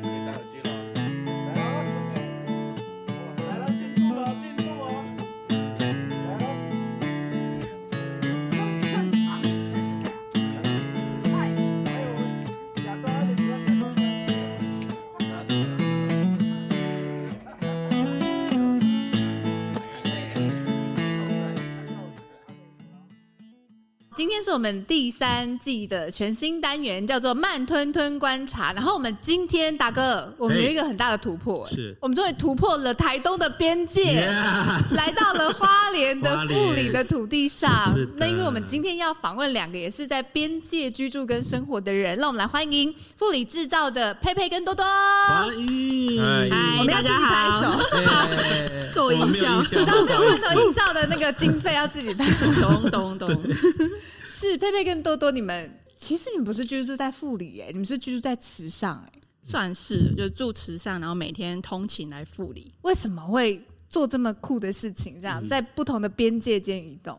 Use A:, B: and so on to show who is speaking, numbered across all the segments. A: 戴耳机了。来啊，来了，进入了，进入了。来了。还有，假装一点，假装一点。
B: 今天是我们第三季的全新单元，叫做“慢吞吞观察”。然后我们今天达哥，我们有一个很大的突破，哎
C: 嘿是
B: 我们终于突破了台东的边界。
C: Yeah
B: 来到了花莲的
C: 花莲
B: 富里的土地上
C: 是的，
B: 那因为我们今天要访问两个也是在边界居住跟生活的人，让我们来欢迎富里制造的佩佩跟多多。
C: 欢迎，
B: 我
D: 嗨
B: 们要
D: 大
B: 自
D: 家
B: 己拍
D: 好
B: 手，
D: 做
C: 我
D: 音
C: 没有
D: 效
C: 印，象，
B: 当
C: 不
B: 这
C: 好意
B: 罐
C: 思
B: 头音效的那个经费要自己拍手。
D: 咚咚咚，
B: 是佩佩跟多多，你们其实你们不是居住在富里耶，你们是居住在池上哎，
D: 算是就住池上，然后每天通勤来富里。
B: 为什么会做这么酷的事情？这样在不同的边界间移动，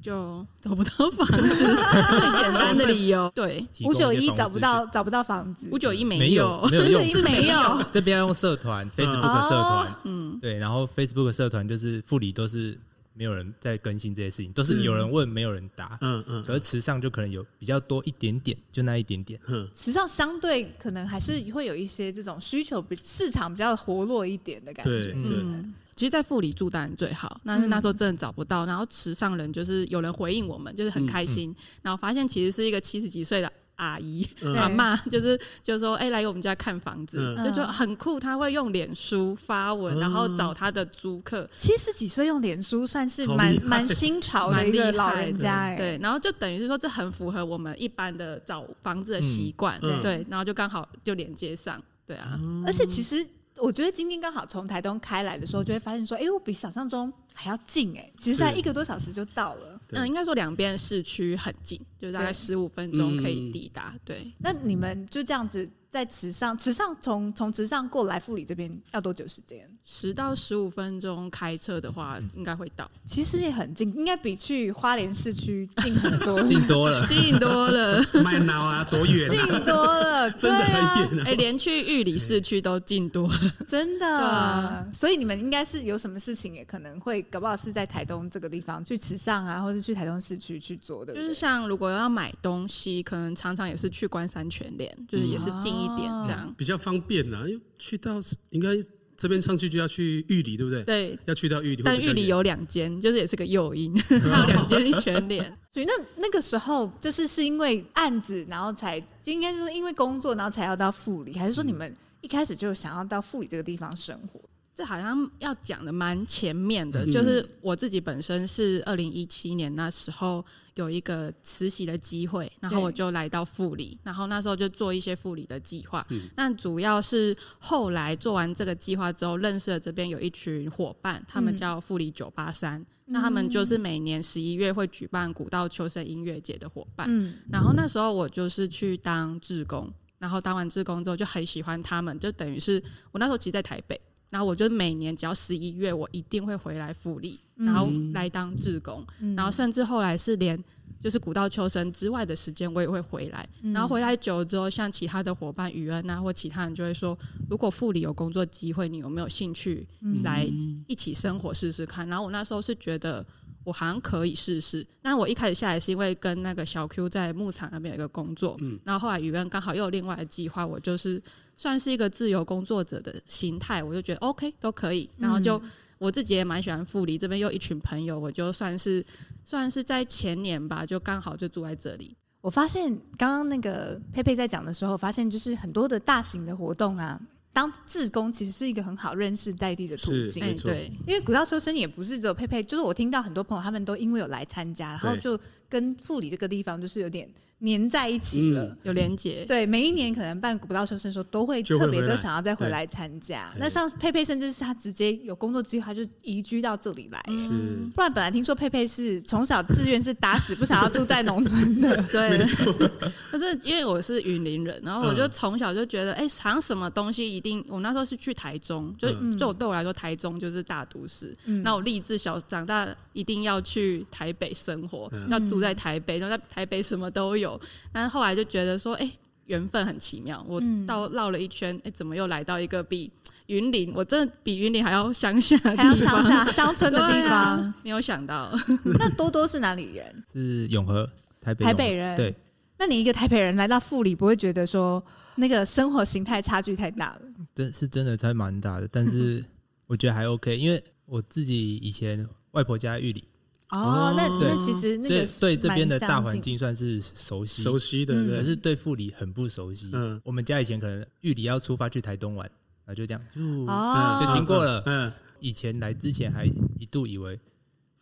D: 就找不到房子，最简单的理由。对，
E: 提
B: 五
E: 供一些
B: 九一
E: 房屋
B: 找不
E: 资讯
B: 到找不到房子，
D: 五九一
E: 没
D: 有，
E: 没有用，
B: 是没 有。
E: 这边要用社团
C: 嗯
E: Facebook 社
B: 哦
E: 团，
D: 嗯，
E: 对，然后 Facebook 社团就是副理都是没有人在更新这些事情，都是有人问没有人答，
C: 嗯嗯
E: 可是池上就可能有比较多一点点，就那一点点，
C: 嗯，
B: 实际上相对可能还是会有一些这种需求比市场比较活络一点的感觉。
C: 对对，
D: 嗯。其实，在富里住当然最好，但是那时候真的找不到。然后池上人就是有人回应我们，就是很开心。然后发现其实是一个七十几岁的阿姨、
C: 嗯
D: 阿妈，就是就说：“哎、来我们家看房子。
B: 嗯
D: 就就很酷。她会用脸书发文，
C: 嗯
D: 然后找她的租客，
B: 七十几岁用脸书算是
C: 好
B: 蛮
C: 厉害
B: 蛮新潮的
D: 蛮
B: 一个
D: 厉
B: 老
D: 害
B: 人
D: 的
B: 家哎、
D: 对，然后就等于是说，这很符合我们一般的找房子的习惯，
C: 嗯嗯
D: 对，然后就刚好就连接上，对啊，
B: 而且其实我觉得今天刚好从台东开来的时候，就会发现说，哎、我比想象中还要近哎、其实
C: 是
B: 在一个多小时就到了。
C: 对
D: 嗯，应该说两边市区很近，就是大概
B: 对
D: 十五分钟可
C: 嗯
D: 以抵达，对，
B: 那你们就这样子在池上，池上从从池上过来富里这边要多久时间？
D: 十
C: 嗯
D: 到十五分钟开车的话应该会到，。
B: 其实也很近，应该比去花莲市区近很多， 近
E: 进多了
D: 近多 了，
C: 麦闹啊，多远啊，
B: 多了，对
C: 真的
B: 啊，
C: 很远啊。
D: 哎，连去玉里市区都近多了，
B: 真的，
D: 啊
B: 所以你们应该是有什么事情，也可能会搞不好是在台东这个地方去池上啊，或者去台东市区去做，对
D: 就
B: 不
D: 是
B: 对？
D: 像如果要买东西，可能常常也是去关山全联，就是也是近一点这样，
C: 比较方便呐、因为去到应该这边上去就要去玉里，对不对？
D: 对，
C: 要去到玉里会
D: 但
C: 比较远，
D: 玉里有两间，就是也是个 诱因，它有两间一全脸，
B: 所以那那个时候就是是因为案子，然后才就应该就是因为工作，然后才要到富里，还是说你们一开始就想要到富里这个地方生活？
D: 这好像要讲的蛮前面的，就是我自己本身是二零一七年那时候有一个实习的机会，然后
B: 对
D: 我就来到富里，然后那时候就做一些富里的计划。那主要是后来做完这个计划之后，认识了这边有一群伙伴，他们
B: 嗯
D: 叫富里九八三，那他们就是每年十一月会举办古道秋生音乐节的伙伴。
B: 嗯，
D: 然后那时候我就是去当志工，然后当完志工之后就很喜欢他们，就等于是我那时候其实在台北，然后我就每年只要十一月我一定会回来复利，然后来当志工，然后甚至后来是连。就是古道秋生之外的时间，我也会回来。然后回来久了之后，像其他的伙伴雨恩啊，或其他人就会说，如果富里有工作机会，你有没有兴趣来一起生活试试看？然后我那时候是觉得，我好像可以试试。那我一开始下来是因为跟那个小 Q 在牧场那边有一个工作，
C: 嗯
D: 然后后来宇恩刚好又有另外的计划，我就是算是一个自由工作者的心态，我就觉得 OK 都可以，然后就。我自己也蛮喜欢富里，这边又一群朋友，我就算是算是在前年吧，就刚好就住在这里。
B: 我发现刚刚那个佩佩在讲的时候，发现就是很多的大型的活动啊，当志工其实是一个很好认识在地的途
C: 是
B: 径
C: 没
D: 哎，。
C: 错
D: 对，
B: 因为古道秋生也不是只有佩佩，就是我听到很多朋友他们都因为有来参加，然后
C: 对
B: 就跟富里这个地方就是有点粘在一起了。
C: 嗯
D: 有连结，，
B: 对，每一年可能办古道修身的时候，都会
C: 就会
B: 特别
C: 回
B: 的
C: 来
B: 想要再回
C: 对
B: 来参加。
C: 对
B: 那像佩佩，甚至是他直接有工作机会，他就移居到这里来。
C: 是
B: 不然本来听说佩佩是从小志愿是打死不想要住在农村的
D: 对， 可是因为我是云林人，然后我就从小就觉得，哎、好像什么东西一定，我那时候是去台中，就、
B: 嗯
D: 就对我来说，台中就是大都市。
B: 嗯
D: 那我立志小长大一定要去台北生活，
C: 嗯
D: 要住在台北，然后在台北什么都有。但是后来就觉得说，哎、缘分很奇妙，我
B: 嗯
D: 到绕了一圈，哎、怎么又来到一个比云林，我真的比云林还要乡下的
B: 还要
D: 地
B: 乡
D: 方，
B: 下 乡村的地
D: 对啊
B: 方。
D: 没有想到，
B: 那多多是哪里人？
E: 是永和台北
B: 台
E: 永和
B: 北人
E: 对，
B: 那你一个台北人来到富里，不会觉得说那个生活形态差距太大了？
E: 真是真的差蛮大的，但是我觉得还 OK，因为我自己以前外婆家在玉里，
B: 哦
C: 哦，
B: 那
C: 对
B: 那其实那
E: 所
B: 个
E: 以对这边的
B: 蛮
E: 大
B: 相
E: 环
B: 近
E: 境算是熟悉，
C: 熟悉的，
B: 嗯
E: 可
C: 对，
E: 是对富里很不熟悉。
C: 嗯
E: 我们家以前可能玉里要出发去台东玩，然后就这样，呜
B: 哦，
E: 就经过了
C: 嗯，
E: 以前来之前还一度以为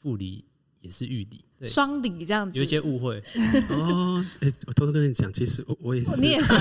E: 富里也是玉里，对，
B: 双里这样子，
E: 有一些误会，
C: 哦，哎，我偷偷跟你讲，其实我我也是
B: 你，也是。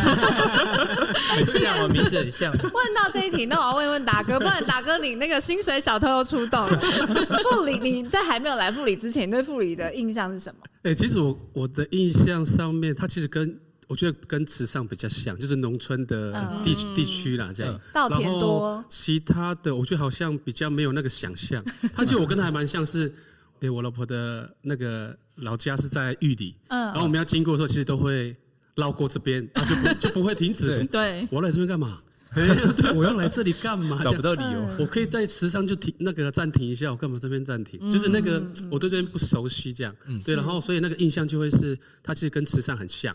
E: 很像，哦，名字很像。
B: 问到这一题，那我要问问达哥，不然达哥你那个薪水小偷又出动了。 富里，你在还没有来富里之前，你对富里的印象是什么？
C: 哎，其实我我的印象上面，它其实跟我觉得跟池上比较像，就是农村的
B: 嗯
C: 地地区啦，这样
E: 嗯。
B: 稻
C: 然
B: 田
C: 后
B: 多，
C: 其他的我觉得好像比较没有那个想象。他觉得我跟他还蛮像是，诶，我老婆的那个老家是在玉里，然后我
B: 嗯，
C: 们要经过的时候，其实都会绕过这边，啊，就不就不会停止。
E: 对
C: 怎么
D: 对，
C: 我来这边干嘛？ 哎对，我要来这里干嘛？
E: 找不
C: 到，
E: 到理由，
C: 我可以在池上就停那个暂停一下，我干嘛这边暂停？就是那个我对这边不熟悉，这样对，然后所以那个印象就会是它其实跟池上很像。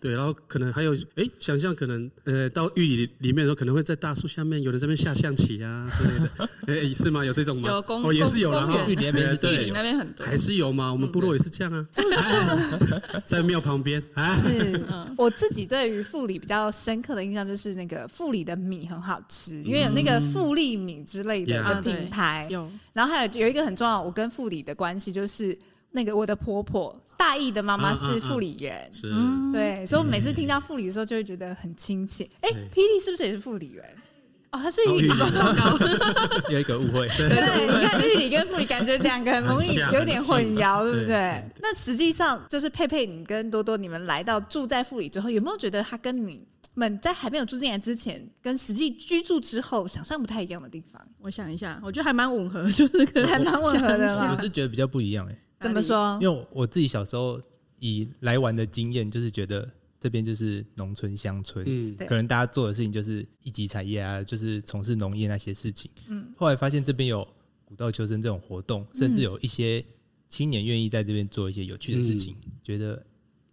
C: 对，然后可能还有，哎，想象可能，呃，到狱里里面的时候，可能会在大树下面有人在那边下象棋啊之类的， 哎，是吗？有这种吗？
D: 有公
C: 哦，也是有啦
D: 公
C: 哈
D: 园
E: 玉里那边是
C: 对
D: 玉里那边很多，
C: 还是有嘛？我们部落也是这样啊，哎 在庙旁边啊，哎
B: 是我自己对于富里比较深刻的印象就是那个富里的米很好吃，因为有那个富丽米之类的
C: 嗯 Yeah
B: 的品牌。
D: 有
B: 然后还有有一个很重要，我跟富里的关系就是那个我的婆婆大义的妈妈
C: 嗯嗯
B: 是
C: 嗯
B: 富里人。
C: 是
B: 对，所以我每次听到富里的时候，就会觉得很亲切。哎、
C: 对
B: 霹雳是不是也是富里人？哦，他是
C: 哦
B: 玉里
C: 玉里
B: 人。
E: 有一个误会。
B: 对，你看玉里跟富里，感觉两个很容易
C: 很像
B: 有点混淆，对不对
C: 对对？
B: 那实际上就是佩佩，你跟多多，你们来到住在富里之后，有没有觉得他跟你们在还没有住进来之前，跟实际居住之后想象不太一样的地方？
D: 我想一下，我觉得还蛮吻合， 就是可能
B: 还蛮吻合的
E: 我
B: 啦。
E: 是觉得比较不一样哎、
B: 怎么说
E: 因？为我自己小时候以来玩的经验，就是觉得这边就是农村乡村，
C: 嗯，
B: 对
E: 可能大家做的事情就是一级产业啊，就是从事农业那些事情。嗯，后来发现这边有古道求生这种活动，
B: 嗯
E: 甚至有一些青年愿意在这边做一些有趣的事情，
B: 嗯
E: 觉得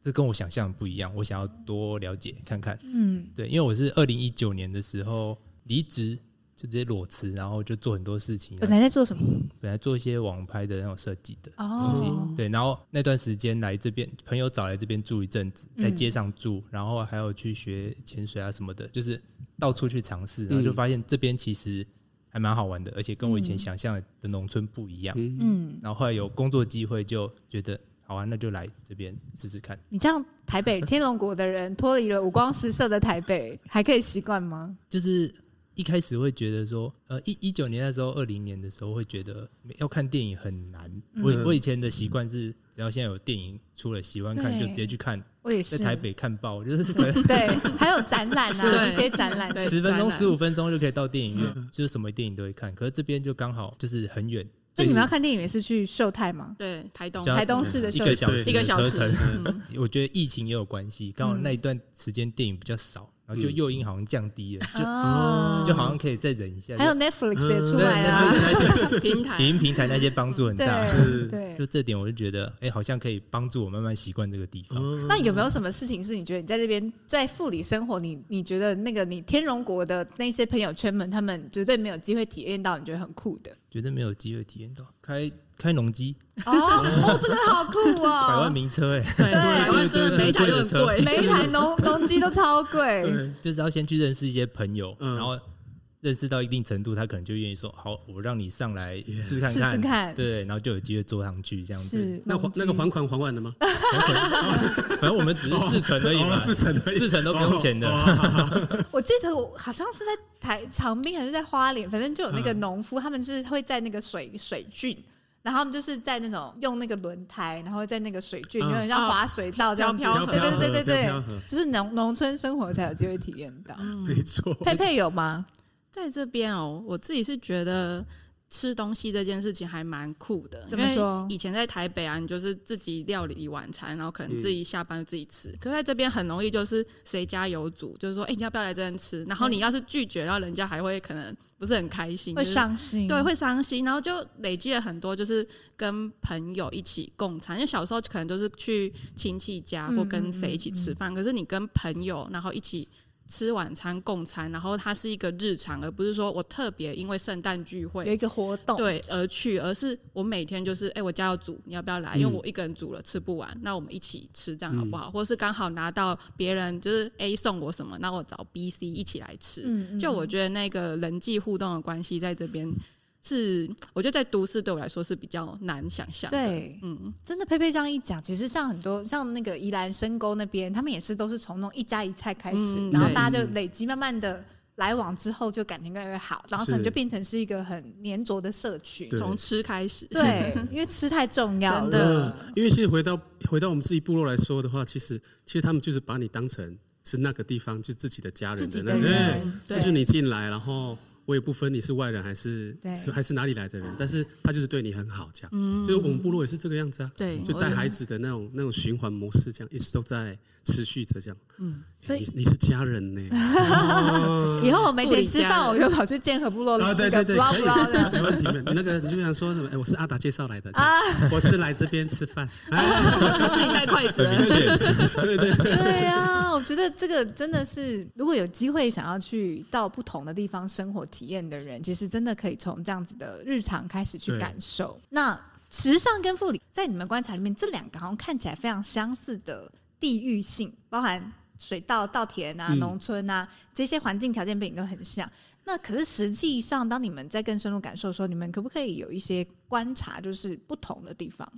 E: 这跟我想象不一样，我想要多了解看看。
B: 嗯，
E: 对，因为我是二零一九年的时候离职，就直接裸辞，然后就做很多事情，
B: 本来在做什么？
E: 本来做一些网拍的那种设计的。
B: 哦，
E: 对，然后那段时间来这边，朋友找来这边住一阵
B: 嗯
E: 子，在街上住，然后还有去学潜水啊什么的，就是到处去尝试，
B: 嗯
E: 然后就发现这边其实还蛮好玩的，而且跟我以前想象的农村不一样。
B: 嗯，
E: 然后后来有工作机会，就觉得好啊，那就来这边试试看。
B: 你这样台北天龙国的人脱离了五光十色的台北，还可以习惯吗？
E: 就是一开始会觉得说，呃，一一九年那时候，二零年的时候会觉得要看电影很难。
B: 嗯
E: 我我以前的习惯是，只要现在有电影出了，喜欢看就
B: 对
E: 直接去看，
B: 我也嗯是
E: 在。台北看爆，就是可能
B: 对，还有展览啊，
D: 对
B: 一些展览。嗯
D: 对
E: 十分钟、
D: 展览
E: 十五分钟就可以到电影院，就是什么电影都会看。可是这边就刚好就是很远，
B: 那你们要看电影也是去秀泰吗？
D: 对台东
E: 就要
B: 台东市的
E: 一
B: 秀
E: 个小
C: 对
E: 时
D: 一个小
E: 的车
D: 时
E: 程。，
B: 嗯
E: 我觉得疫情也有关系，刚好那一段时间电影比较少，然后就诱因好像降低了，
B: 哦
E: 就就好像可以再忍一下。
B: 还有
E: 就
B: Netflix 也出
E: 对
B: 来啊啦，
E: 那些
D: 嗯平
E: 影
D: 台
E: 音平台那些帮助很大。
B: 对对。
E: 就这点，我就觉得，哎、好像可以帮助我慢慢习惯这个地
C: 嗯
E: 方。
C: 哦
B: 那有没有什么事情是你觉得你在这边在富里生活，你你觉得那个你天龙国的那些朋友圈们，他们绝对没有机会体验到，你觉得很酷的
E: 绝对没有机会体验到开开农机
B: 哦哦，这个好酷
E: 百万
B: 哦！
E: 名车、哎、
D: 对，台湾真的每一台都很贵，
B: 每一台农农机都超贵，
E: 就是要先去认识一些朋友，
C: 嗯
E: 然后认识到一定程度，他可能就愿意说：“好，我让你上来试看
B: 试
E: 看，
B: 试看
E: 对，然后就有机会坐上去这样子。
B: 是
C: 那还那个还款还完了吗？
E: 反正我们只是试乘而已嘛，
C: 哦四成而已，
E: 试乘都不用钱的
C: 哦。好好好
B: 我记得我好像是在台长滨还是在花莲，反正就有那个农夫，他们是会在那个水水郡，然后他们就是在那种用那个轮胎，然后在那个水郡，有
C: 嗯啊
B: 点像滑水道这样子，
D: 哦漂
B: 对
D: 漂
B: 对
D: 河
B: 对对嗯
C: 漂漂
B: 对
C: 河，
B: 就是农农村生活才有机会体验到。
C: 没错，
B: 佩佩有吗？
D: 在这边哦，我自己是觉得吃东西这件事情还蛮酷的。
B: 怎么说
D: 因为以前在台北啊，你就是自己料理晚餐，然后可能自己下班就自己吃。可是在这边很容易就是谁家有煮，就是说，哎、你要不要来这边吃？然后你要是拒绝，然后人家还会可能不是很开心，
B: 会
D: 就是
B: 伤心，
D: 嗯对，会伤心，然后就累积了很多，就是跟朋友一起共餐。因为小时候可能就是去亲戚家
B: 嗯
D: 或跟谁一起吃饭，可是你跟朋友然后一起吃晚餐共餐，然后它是一个日常，而不是说我特别因为圣诞聚
B: 有一
D: 会
B: 个活动，
D: 对而去，而是我每天就是哎、我家有煮，你要不要
B: 嗯
D: 来？因为我一个人煮了吃不完，那我们一起吃，这样好不好？或是刚好拿到别人就是 A 送我什么，那我找 B、C 一起来吃。
B: 嗯，嗯
D: 就我觉得那个人际互动的关系在这边是，我觉得在都市对我来说是比较难想象的。
B: 对，
D: 嗯，
B: 真的佩佩这样一讲，其实像很多像那个宜兰深沟那边，他们也是都是从那种一家一菜开始，
D: 嗯
B: 然后
D: 对
B: 大家就累积慢慢的来往之后，就感情越来越好，然后可能
C: 是
B: 就变成是一个很粘着的社群。
C: 对
D: 从吃开始，
B: 对， 因为吃太重要
D: 真
C: 嗯
B: 了，，
C: 因为其实回到回到我们自己部落来说的话，其实其实他们就是把你当成是那个地方就自己的家
B: 自
C: 人
B: 己
C: 的
B: 的
C: 那个
B: 人对
C: 对，就是你进来，然后我也不分你是外人还是
B: 对嗯
C: 是还是哪里来的人，但是他就是对你很好，这样。就是我们部落也是这个样子啊，
D: 对
C: 就带 孩子的那种那种循环模式，这样一直都在持续着这样。嗯，
B: 所以
C: 你你是家人呢，
B: 以后我没钱吃饭，
D: 顾
B: 我
D: 里家
B: 就跑去建和部落
C: 啊，
B: 那
C: 对
B: 个
C: 对
B: 不
C: 对，
B: 拉
C: 可以
B: 不拉的。
C: 没问题。没问题那个你就想说什么？哎，我是阿达介绍来的，这样
B: 啊
C: 我是来这边吃饭。
D: 自己带筷子
E: 很明显，
B: 对啊，我觉得这个真的是，如果有机会想要去到不同的地方生活体验的人，其实真的可以从这样子的日常开始去
C: 对
B: 感受。那时尚跟护理，在你们观察里面，这两个好像看起来非常相似的地域性，包含水稻、稻田啊、
C: 嗯
B: 农村啊这些环境条件背景都很像。那可是实际上，当你们在更深入感受的时候，你们可不可以有一些观察，就是不同的地方？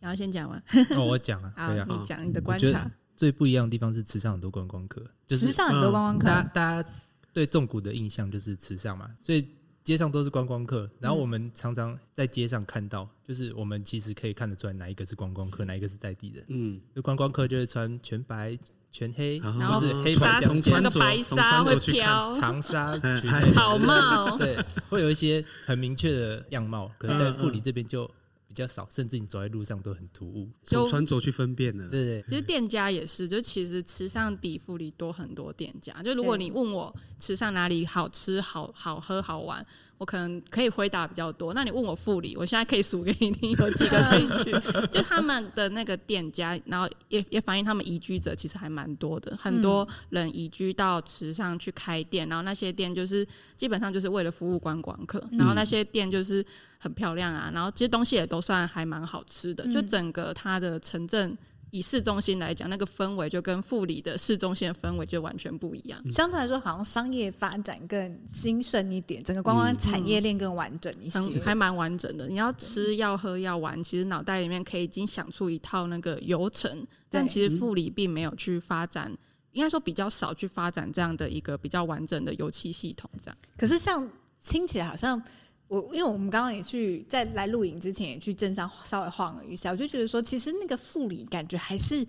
D: 然后先讲完，
C: 哦
E: 那我讲啊，
D: 好，
E: 对啊，
D: 你讲你的
E: 我
D: 观
E: 觉
D: 察
E: 得。最不一样的地方是池上很多观光客，就是
B: 时尚很多观光客，
E: 大家大家对纵谷的印象就是池上嘛，所以街上都是观光客。然后我们常常在街上看到，就是我们其实可以看得出来哪一个是观光客，哪一个是在地人。
C: 嗯，
E: 就观光客就会穿全白、全黑，
C: 然
E: 或
C: 后
E: 是黑白
D: 纱
E: 相
C: 从
D: 那
E: 间
C: 穿
D: 个
C: 着
D: 白
C: 从
D: 纱
C: 穿着
D: 会
C: 去看
D: 飘，
E: 长纱、
C: 嗯
E: 裙
C: 还
E: 子
D: 草帽，
E: 对，会有一些很明确的样貌，可能在富里这边就比较少，甚至你走在路上都很突兀。
C: 从穿着去分辨了。
E: 对对
D: 其实店家也是，就其实池上比富里多很多店家。就如果
B: 对
D: 你问我池上哪里好吃、好好喝、好玩，我可能可以回答比较多。那你问我富里，我现在可以数给你听有几个可以去。就他们的那个店家，然后也也反映他们移居者其实还蛮多的，很多人移居到池上去开店，然后那些店就是基本上就是为了服务观光客，然后那些店就是很漂亮啊，然后其实东西也都算还蛮好吃的，就整个它的城镇。以市中心来讲，那个氛围就跟富里的市中心的氛围就完全不一样。
B: 相对来说，好像商业发展更兴盛一点，整个观光产业链更完整一些。
D: 很还蛮完嗯整的。你要
B: 嗯
D: 吃要喝要玩，其实脑袋里面可以已经想出一套那个流程，但其
B: 嗯
D: 实富里并没有去发展，应该说比较少去发展这样的一个比较完整的油漆系统。这样
B: 可是像听起来好像我，因为我们刚刚也去在来录影之前也去镇上稍微晃了一下，我就觉得说，其实那个富里感觉还是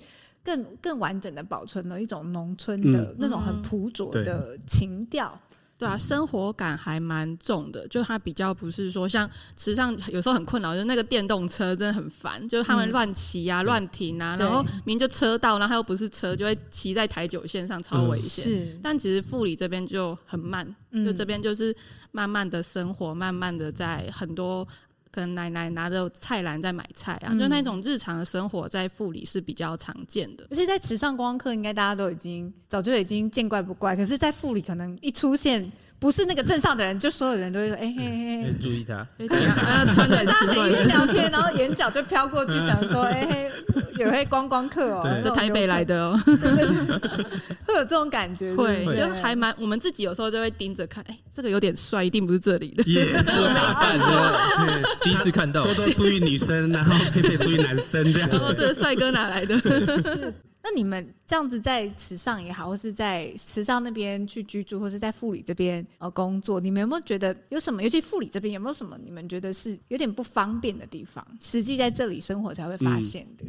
B: 更更完整的保存了一种农村的、那种
D: 嗯
B: 很朴拙的情调。
D: 对
B: 嗯
D: 啊，生活感还蛮重的，就它比较不是说像池上有时候很困扰，就是那个电动车真的很烦，就是他们乱骑啊、乱停啊，
B: 嗯对
D: 然后明明就车道，然后它又不是车，就会骑在台九线上超危
B: 嗯
D: 险。
B: 是，
D: 但其实富里这边就很慢，
B: 嗯
D: 就这边就是慢慢的生活，慢慢的在很多可能奶奶拿着菜篮在买菜啊，就那种日常的生活在富里是比较常见的。
B: 而且在池上观光客，应该大家都已经早就已经见怪不怪。可是，在富里可能一出现不是那个镇上的人，就所有人都会说：“哎、嘿嘿嘿
E: 对，，注意它。
D: 就这样呃，穿的很
B: 大
D: 奇
B: 家
D: 怪
B: 嗯一边聊天，然后眼角就飘过去，想说：“哎、嘿，也会观光客哦、
E: 对
B: 这
D: 在
B: 种
D: 台北来的哦，
B: 会有这种感觉，
D: 会
B: 对不对
D: 就还蛮，我们自己有时候就会盯着看，哎，这个有点帅，一定不是这里的。
C: 耶，
E: 办的，第一次看到
C: 多多注意女生，然后佩佩注意男生 这样。
D: 然后这个帅哥哪来的？
B: 那你们这样子在池上也好，或是在池上那边去居住，或是在富里这边呃工作，你们有没有觉得有什么？尤其富里这边有没有什么你们觉得是有点不方便的地方？实际在这里生活才会发现的，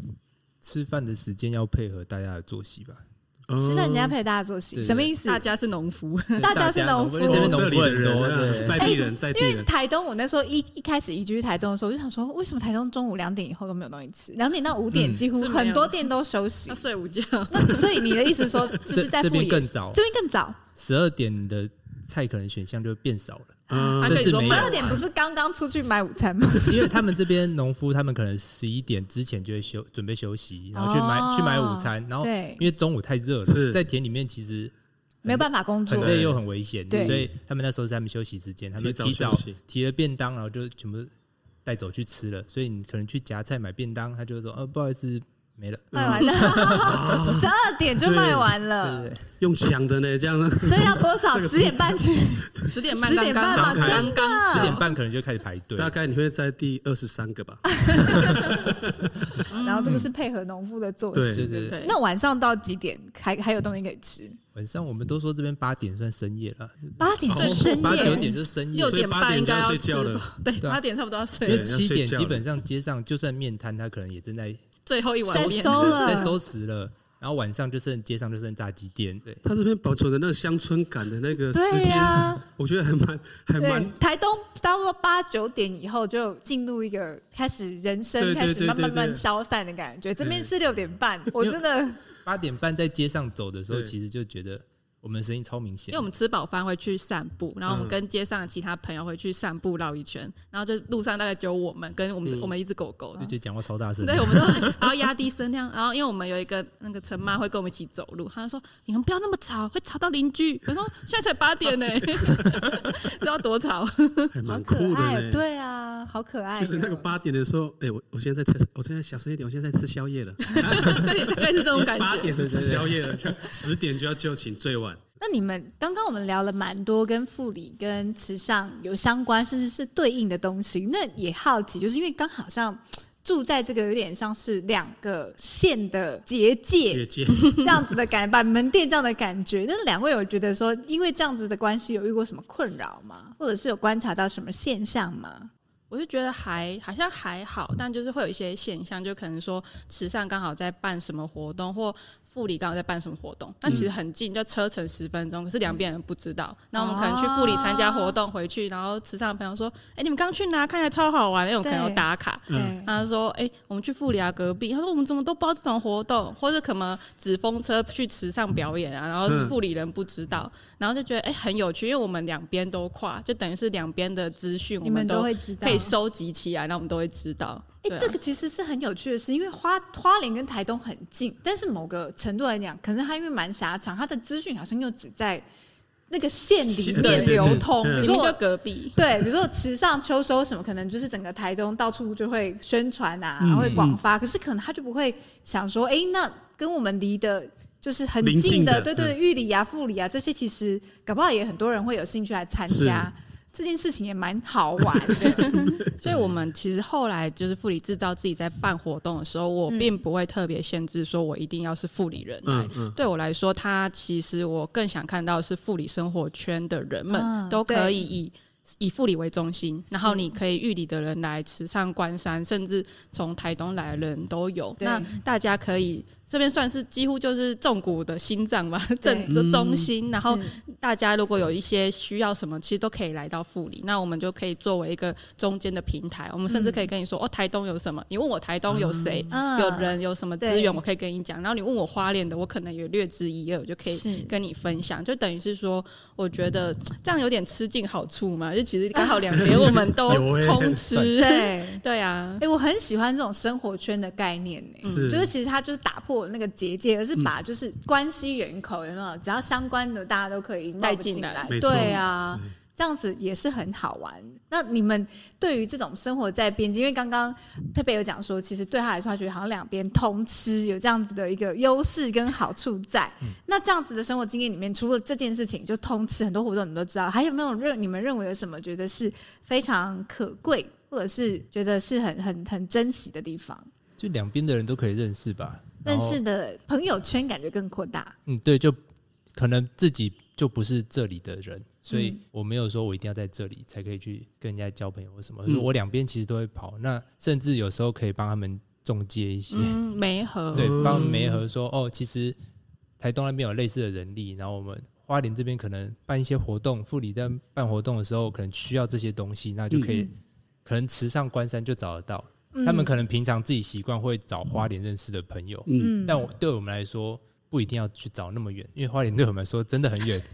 E: 吃饭的时间要配合大家的作息吧。
B: 吃饭人家
C: 哦
B: 陪大家作息，
E: 对
B: 什么意思？
D: 大家是农夫，
B: 大家是农夫
E: 因为这边
C: 哦这
E: 农
C: 里
E: 夫
C: 的
E: 很多，
C: 人啊，
E: 对
C: 在地人，在地人，
B: 台东，我那时候一一开始移居台东的时候，我就想说，为什么台东中午两点以后都没有东西吃？两点到五点
E: 嗯
B: 几乎
D: 是没有
B: 很多店都休息
D: 要。睡午觉。
B: 那所以你的意思说，就是在
E: 这这
B: 富里
E: 边
B: 也
E: 更
B: 是
E: 早
B: 这，边更早，
E: 十二点的菜可能选项就变少了，
C: 嗯
D: 他
E: 这
D: 跟你
E: 这
D: 说
B: 啊十
E: 没有啊
B: 二点不是刚刚出去买午餐吗？
E: 因为他们这边农夫他们可能十一点之前就会休准备休息，然后去
B: 哦
E: 买去买午餐，然后嗯
B: 对
E: 因为中午太热
C: 是
E: 了，在田里面其实
B: 没有办法工作
E: 很，累又很危险，
B: 对
E: 所以他们那时候是他们休息时间，他们
C: 提早
E: 提早
C: 休息
E: 提了便当，然后就全部带走去吃了，所以你可能去夹菜买便当，他就会说呃不好意思没了，
B: 卖完了，嗯 十二点就卖完
E: 嗯对
B: 了，
E: 对
C: 用抢的呢，这样
B: 所以要多少？
C: 这个
B: 十点半去，
D: 十点半
B: 十
D: 刚
B: 点半嘛，
D: 刚
E: 刚开
B: 真的。
E: 十点半可能就开始排队，
C: 大概你会在第二十三个吧？
B: 然后这个是配合农夫的作
C: 对
B: 息。
E: 对嗯对对。
D: 对，
B: 那晚上到几点还还有东西可以吃？
E: 晚上我们都说这边八点算深夜了，
B: 八点是哦深夜，
E: 哦八九点就是深夜
D: 六，点半应该要
C: 所
D: 吃
C: 以八点就要睡觉
D: 吧？对，
E: 对啊
D: 八点差不多要
E: 因
D: 睡
E: 为
D: 了，
C: 对
E: 七
C: 要睡
E: 点
C: 觉
E: 基本上街上就算面摊，他可能也正在
D: 最后一碗
B: 在
D: 面
B: 收了
E: 在收拾了，然后晚上就剩街上就剩炸鸡店，对，
C: 他这边保存的那个乡村感的那个时
B: 对
C: 间，
B: 呀。
C: 我觉得还蛮还
B: 对
C: 蛮，
B: 台东到了八九点以后，就进入一个开始人生
C: 对对
B: 开始
C: 对
B: 慢慢
C: 对
B: 慢
C: 对
B: 消散的感觉。这边
C: 对
B: 是六点半，我真的
E: 八点半在街上走的时候，
C: 对
E: 其实就觉得我们的声音超明显，
D: 因为我们吃饱饭会去散步，然后我
C: 嗯
D: 们跟街上的其他朋友会去散步绕一圈，然后就路上大概只有我们跟我们的、
C: 嗯
D: 我们一只狗狗
E: 就，觉得讲话超大声，
D: 对，我们都然后压低声量，然后因为我们有一个那个陈妈会跟我们一起走路，她就说你们不要那么吵，会吵到邻居。我说现在才八 点呢、 知道多吵？
C: 还
B: 好
C: 蛮
B: 可
C: 酷
B: 爱
C: 的
B: 哦，
C: 呢。
B: 对啊，好可爱哦。
C: 就是那个八点的时候，哎、我我现在在吃，我现在小声一点，我现在在吃宵夜了。
D: 对，大概是这种感
C: 八
D: 觉。
C: 点是吃宵夜了，像十点就要就寝，最晚。
B: 那你们刚刚我们聊了蛮多跟护理跟时尚有相关，甚至是对应的东西。那也好奇，就是因为刚好像住在这个有点像是两个县的结界
C: 姐姐，
B: 这样子的感觉，把门店这样的感觉。那两位有觉得说，因为这样子的关系，有遇过什么困扰吗？或者是有观察到什么现象吗？
D: 我是觉得还好像还好，但就是会有一些现象，就可能说池上刚好在办什么活动，或富里刚好在办什么活动，但
B: 嗯
D: 其实很近，就车程十分钟，可是两边人不知道。那我们可能去富
B: 哦
D: 里参加活动回去，然后池上的朋友说：“哎、你们刚去哪？看起来超好玩。”哎因为我朋友
B: 对
D: 打卡，
B: 嗯，
D: 他说：“哎、我们去富里啊，隔壁。”他说：“我们怎么都不知道这种活动，或者什么纸风车去池上表演啊，然后
C: 嗯
D: 富里人不知道，然后就觉得哎、很有趣，因为我们两边都跨，就等于是两边的资讯我
B: 你们
D: 们
B: 都
D: 都
B: 会知道
D: 可以收集起来，那我们都会知道。
B: 哎、
D: 对啊
B: 这个其实是很有趣的事，因为花花莲跟台东很近，但是某个程度来讲，可能它因为蛮狭长，它的资讯好像又只在那个县里
C: 县
B: 面
C: 对对
B: 流
C: 对
B: 通。比如
C: 嗯
D: 里
B: 说
D: 面
B: 我
D: 就隔壁，
B: 对，比如说池上秋收什么，可能就是整个台东到处就会宣传啊，然后会广发，可是可能他就不会想说，哎、那跟我们离的。就是很
C: 邻
B: 近
C: 近的
B: 对对，玉里啊、富里啊这些，其实搞不好也很多人会有兴趣来参
C: 是
B: 加这件事情，也蛮好玩的。
D: 所以我们其实后来就是富里制造自己在办活动的时候，我
B: 嗯
D: 并不会特别限制说我一定要是富里人来
C: 嗯嗯，
D: 对我来说，他其实我更想看到的是富里生活圈的人们、
B: 嗯
D: 都可以以以富里为中心，然后你可以玉里的人来池上、关山，甚至从台东来的人都有。
B: 对
D: 那大家可以这边算是几乎就是重谷的心脏吧， 正
B: 对
D: 中心。然后
B: 是
D: 大家如果有一些需要什么，其实都可以来到富里，那我们就可以作为一个中间的平台，我们甚至可以跟你说、哦，台东有什么？你问我台东有谁？
B: 嗯
D: 有人有什么资
B: 对
D: 源，我可以跟你讲。然后你问我花莲的，我可能也略知一二，我就可
B: 是
D: 以跟你分享。就等于是说，我觉得这样有点吃尽好处嘛。就其实刚好两 边我们都
C: 有欸
D: 通吃，
B: 对，
D: 对啊
B: 哎、，我很喜欢这种生活圈的概念呢、
C: 是
B: 就是其实它就是打破那个结界，而是把就是关系人口有没有，只要相关的大家都可以
D: 带
B: 进
D: 进来
B: 来，
C: 没错嗯
B: 对啊
C: 对，
B: 这样子也是很好玩。那你们对于这种生活在边境，因为刚刚佩佩有讲说，其实对他来说，他觉得好像两边通吃，有这样子的一个优势跟好处在。
C: 嗯
B: 那这样子的生活经验里面，除了这件事情，就通吃很多活动，你们都知道，还有没有认你们认为有什么觉得是非常可贵，或者是觉得是很很很珍惜的地方？
E: 就两边的人都可以认识吧。然
B: 认
E: 后
B: 识的朋友圈感觉更扩大。
E: 嗯，对，就可能自己就不是这里的人，所以
B: 嗯
E: 我没有说我一定要在这里才可以去跟人家交朋友或什么。
C: 嗯
E: 我两边其实都会跑，那甚至有时候可以帮他们中介一些，
D: 嗯，梅河，
E: 对，帮他们媒合说哦，其实台东那边有类似的人力，然后我们花莲这边可能办一些活动，富里在办活动的时候可能需要这些东西，那就可以、可能池上关山就找得到。他们可能平常自己习惯会找花莲认识的朋友，
C: 嗯，
B: 嗯，
E: 但我对我们来说不一定要去找那么远，因为花莲对我们来说真的很远。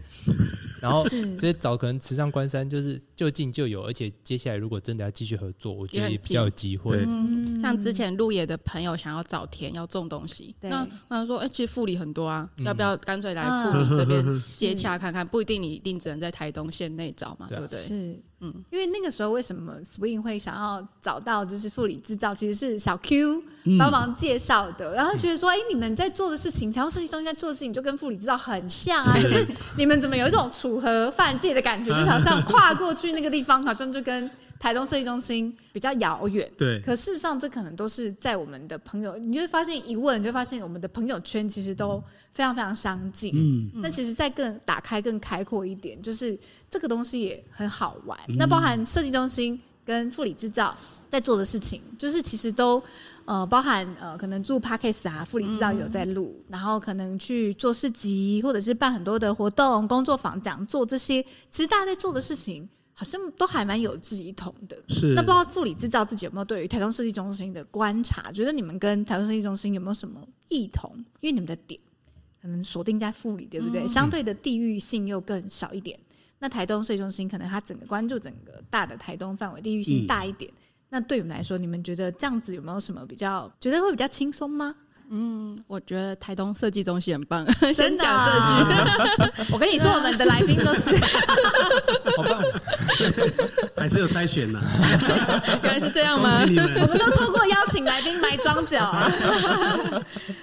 E: 然后
B: 是
E: 直接找可能池上关山就是就近就有，而且接下来如果真的要继续合作，我觉
D: 也
E: 得
D: 很
E: 也比较有机会
C: 对。
B: 嗯
D: 像之前鹿野的朋友想要找田要种东西，
B: 对
D: 那我想说，哎、其实富里很多啊，
E: 嗯
D: 要不要干脆来富里这 边接洽看看？不一定你一定只能在台东县内找嘛，对
E: 对啊
D: 不对？
B: 是，嗯
D: 嗯，
B: 因为那个时候为什么 Swing 会想要找到就是护理制造，其实是小 Q
D: 嗯
B: 帮忙介绍的，然后觉得说，哎、你们在做的事情，台湾设计中心在做的事情，就跟护理制造很像 啊，可是你们怎么有一种楚河泛界的感觉，就是好像跨过去那个地方，好像就跟台东设计中心比较遥远。
C: 对，
B: 可事实上，这可能都是在我们的朋友，你就会发现一问，你就会发现我们的朋友圈其实都非常非常相近。
C: 嗯，
B: 那其实再更打开、更开阔一点，就是这个东西也很好玩。
C: 嗯
B: 那包含设计中心跟护理制造在做的事情，就是其实都呃包含呃可能做 p a c k a g e 啊，护理制造有在录，
C: 嗯
B: 然后可能去做市集，或者是办很多的活动、工作坊、讲座这些，其实大家在做的事情好像都还蛮有志一同的。
C: 是
B: 那不知道护理制造自己有没有对于台中设计中心的观察，觉得你们跟台中设计中心有没有什么异同？因为你们的点可能锁定在护理，对不
D: 嗯
B: 对？相对的地域性又更少一点。那台东设计中心可能它整个关注整个大的台东范围，地域性
C: 嗯
B: 大一点。那对你们来说，你们觉得这样子有没有什么比较觉得会比较轻松吗？
D: 我觉得台东设计中心很棒，
B: 真
D: 先
B: 的
D: 讲这
B: 啊
D: 句。
B: 我跟你说，我们的来宾都是
E: 好棒！
C: 还是有筛 选的，
D: 原来是这样
C: 恭
D: 吗
C: 喜？你
B: 我
C: 们。
B: 们都透过邀请来宾买装脚 啊。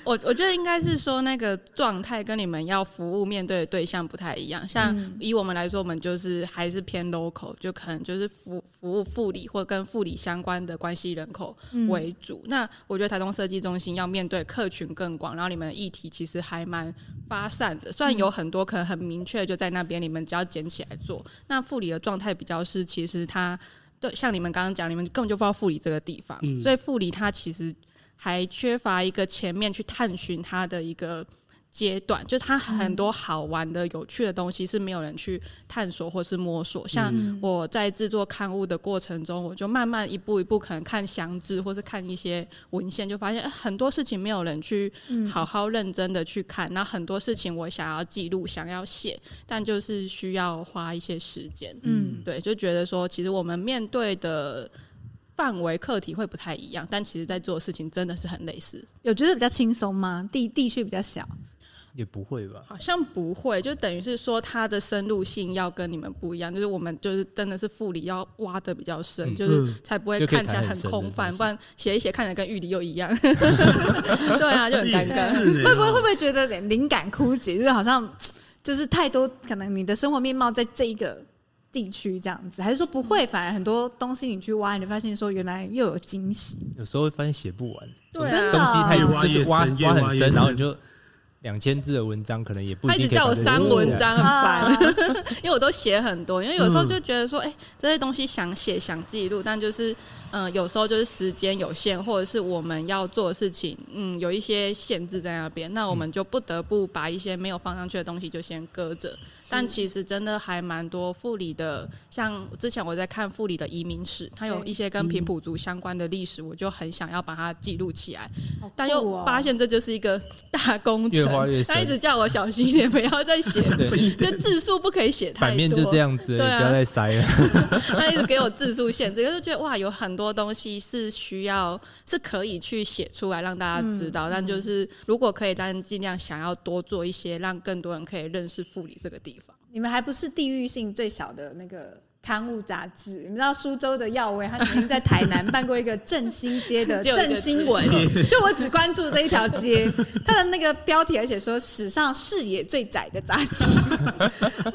D: 我我觉得应该是说那个状态跟你们要服务面对的对象不太一样。像以我们来说，我们就是还是偏 local，就可能就是服服务护理或跟护理相关的关系人口为主。那我觉得台东设计中心要面对客群更广，然后你们的议题其实还蛮发散的。虽然有很多可能很明确就在那边，你们只要捡起来做。那护理的状态比较是，其实它对像你们刚刚讲，你们根本就不知道护理这个地方，所以护理它其实还缺乏一个前面去探寻它的一个阶段，就是它很多好玩的、有趣的东西是没有人去探索或是摸索。像我在制作刊物的过程中，我就慢慢一步一步，可能看详志或是看一些文献，就发现、呃很多事情没有人去好好认真的去看。那很多事情我想要记录、想要写，但就是需要花一些时间。
B: 嗯，
D: 对，就觉得说，其实我们面对的范围课题会不太一样，但其实在做的事情真的是很类似。
B: 有觉得比较轻松吗？地地区比较小，
E: 也不会吧？
D: 好像不会，就等于是说它的深入性要跟你们不一样，就是我们就是真的是副理要挖的比较深，就是才不会
E: 嗯就可以
D: 看起来
E: 谈很
D: 很
E: 深的
D: 空泛，
E: 东西
D: 不然写一写看着跟玉里又一 样。对 啊，就很尴 尬。
C: 哎是
B: 会不会会不会觉得灵感枯竭，就是好像就是太多可能你的生活面貌在这一个地区这样子，还是说不会？反而很多东西你去挖，你就发现说原来又有惊喜。
E: 有时候会发现写不完，
D: 对
B: 真
E: 东
B: 的
D: 啊，
E: 西太
C: 越挖
E: 就
C: 越
E: 是挖
C: 深越
E: 挖
C: 挖
E: 很
C: 越
E: 深，然后
C: 深
E: 你就两千字的文章可能也不一
D: 他一
E: 定
D: 直
E: 可以
D: 叫
E: 把
D: 我
E: 这
D: 删
E: 个
D: 文章， 很烦。
B: 啊
D: 因为我都写很多，因为有时
E: 嗯
D: 候就觉得说，哎、这些东西想写想记录，但就是，嗯、有时候就是时间有限，或者是我们要做的事情，嗯，有一些限制在那边，那
E: 嗯
D: 我们就不得不把一些没有放上去的东西就先搁着。但其实真的还蛮多富里的，像之前我在看富里的移民史，它有
B: 对
D: 一些
E: 嗯
D: 跟平埔族相关的历史，我就很想要把它记录起来，
B: 好酷哦
D: 但又发现这就是一个 大工程，
E: 越花越深
D: 他一直叫我小心一点，不要再 写了。
E: 对
D: 就字数不可以写太多，
E: 版面就这，样子，你不
D: 对啊
E: 要再塞了。
D: 他一直给我字数限制，就觉得哇，有很多东西是需要是可以去写出来让大家知道，但就是如果可以，但尽量想要多做一些，让更多人可以认识富里这个地方。
B: 你们还不是地域性最小的那个刊物杂志？你们知道苏州的耀威，他曾经在台南办过一个振兴街 的
D: 只有一个
B: 振兴文， 就我只关注这一条街，它的那个标题，而且说史上视野最窄的杂志，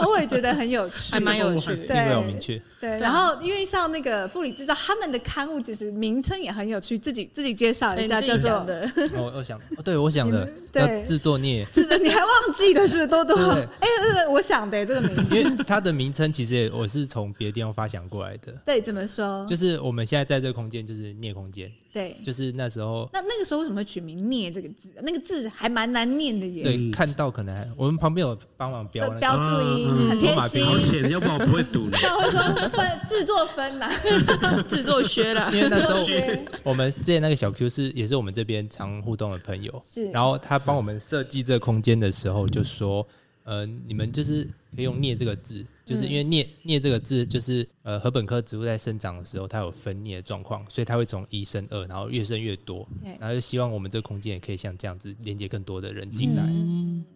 B: 我也觉得很有趣，
D: 还蛮
E: 哦
D: 有趣
B: 对
D: 的。
E: 定位要明确。
B: 对，
D: 啊
B: 然后因为像那个富里制造，他们的刊物其实名称也很有趣，自己自己介绍一下，叫
D: 对你自己
B: 做
D: 讲的，
E: 我我想，哦对我想了，
B: 对
E: 要自作孽，
B: 是的， 你还忘记了是不是？多多，
E: 对
B: 哎、呃我想的、这个名字，
E: 因为它的名称其实也我是从别的地方发想过来的，
B: 对，怎么说？
E: 就是我们现在在这个空间就是孽空间，
B: 对，
E: 就是那时候
B: 那那个时候为什么会取名“孽”这个字？那个字还蛮难念的耶，
E: 对看到可能还我们旁边有帮忙标
B: 标
E: 那个
B: 标注音、
C: 嗯
B: 很
E: 罗
B: 贴
E: 马拼
B: 心
E: 音
C: 好。险，要不然我不会读。
B: 那我会说分制作分呐、
D: 制作靴啦，
E: 因为那时候
B: 对
E: 我们之前那个小 Q 是也是我们这边常互动的朋友，
B: 是
E: 然后他帮我们设计这个空间的时候就说，呃，你们就是可以用“镍”这个字，就是因为“镍”“镍”这个字就是呃禾本科植物在生长的时候它有分镍的状况，所以它会从一生二，然后越生越多
B: 对，
E: 然后就希望我们这个空间也可以像这样子连接更多的人进来，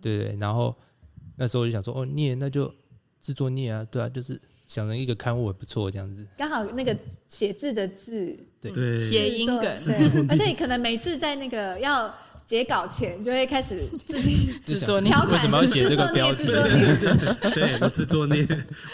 E: 对对，然后那时候我就想说，哦，镍那就制作镍啊，对啊，就是想成一个刊物也不错这样子，
B: 刚好那个写字的字
C: 对，
D: 谐音梗，
B: 对，而且可能每次在那个要截稿前，就会开始自 己
E: 就
D: 制
E: 想
D: 作孽
B: 调侃
E: 为什么要写
B: 制
E: 这个
B: 作孽
E: 标题
B: 制作孽
C: 对我自作孽，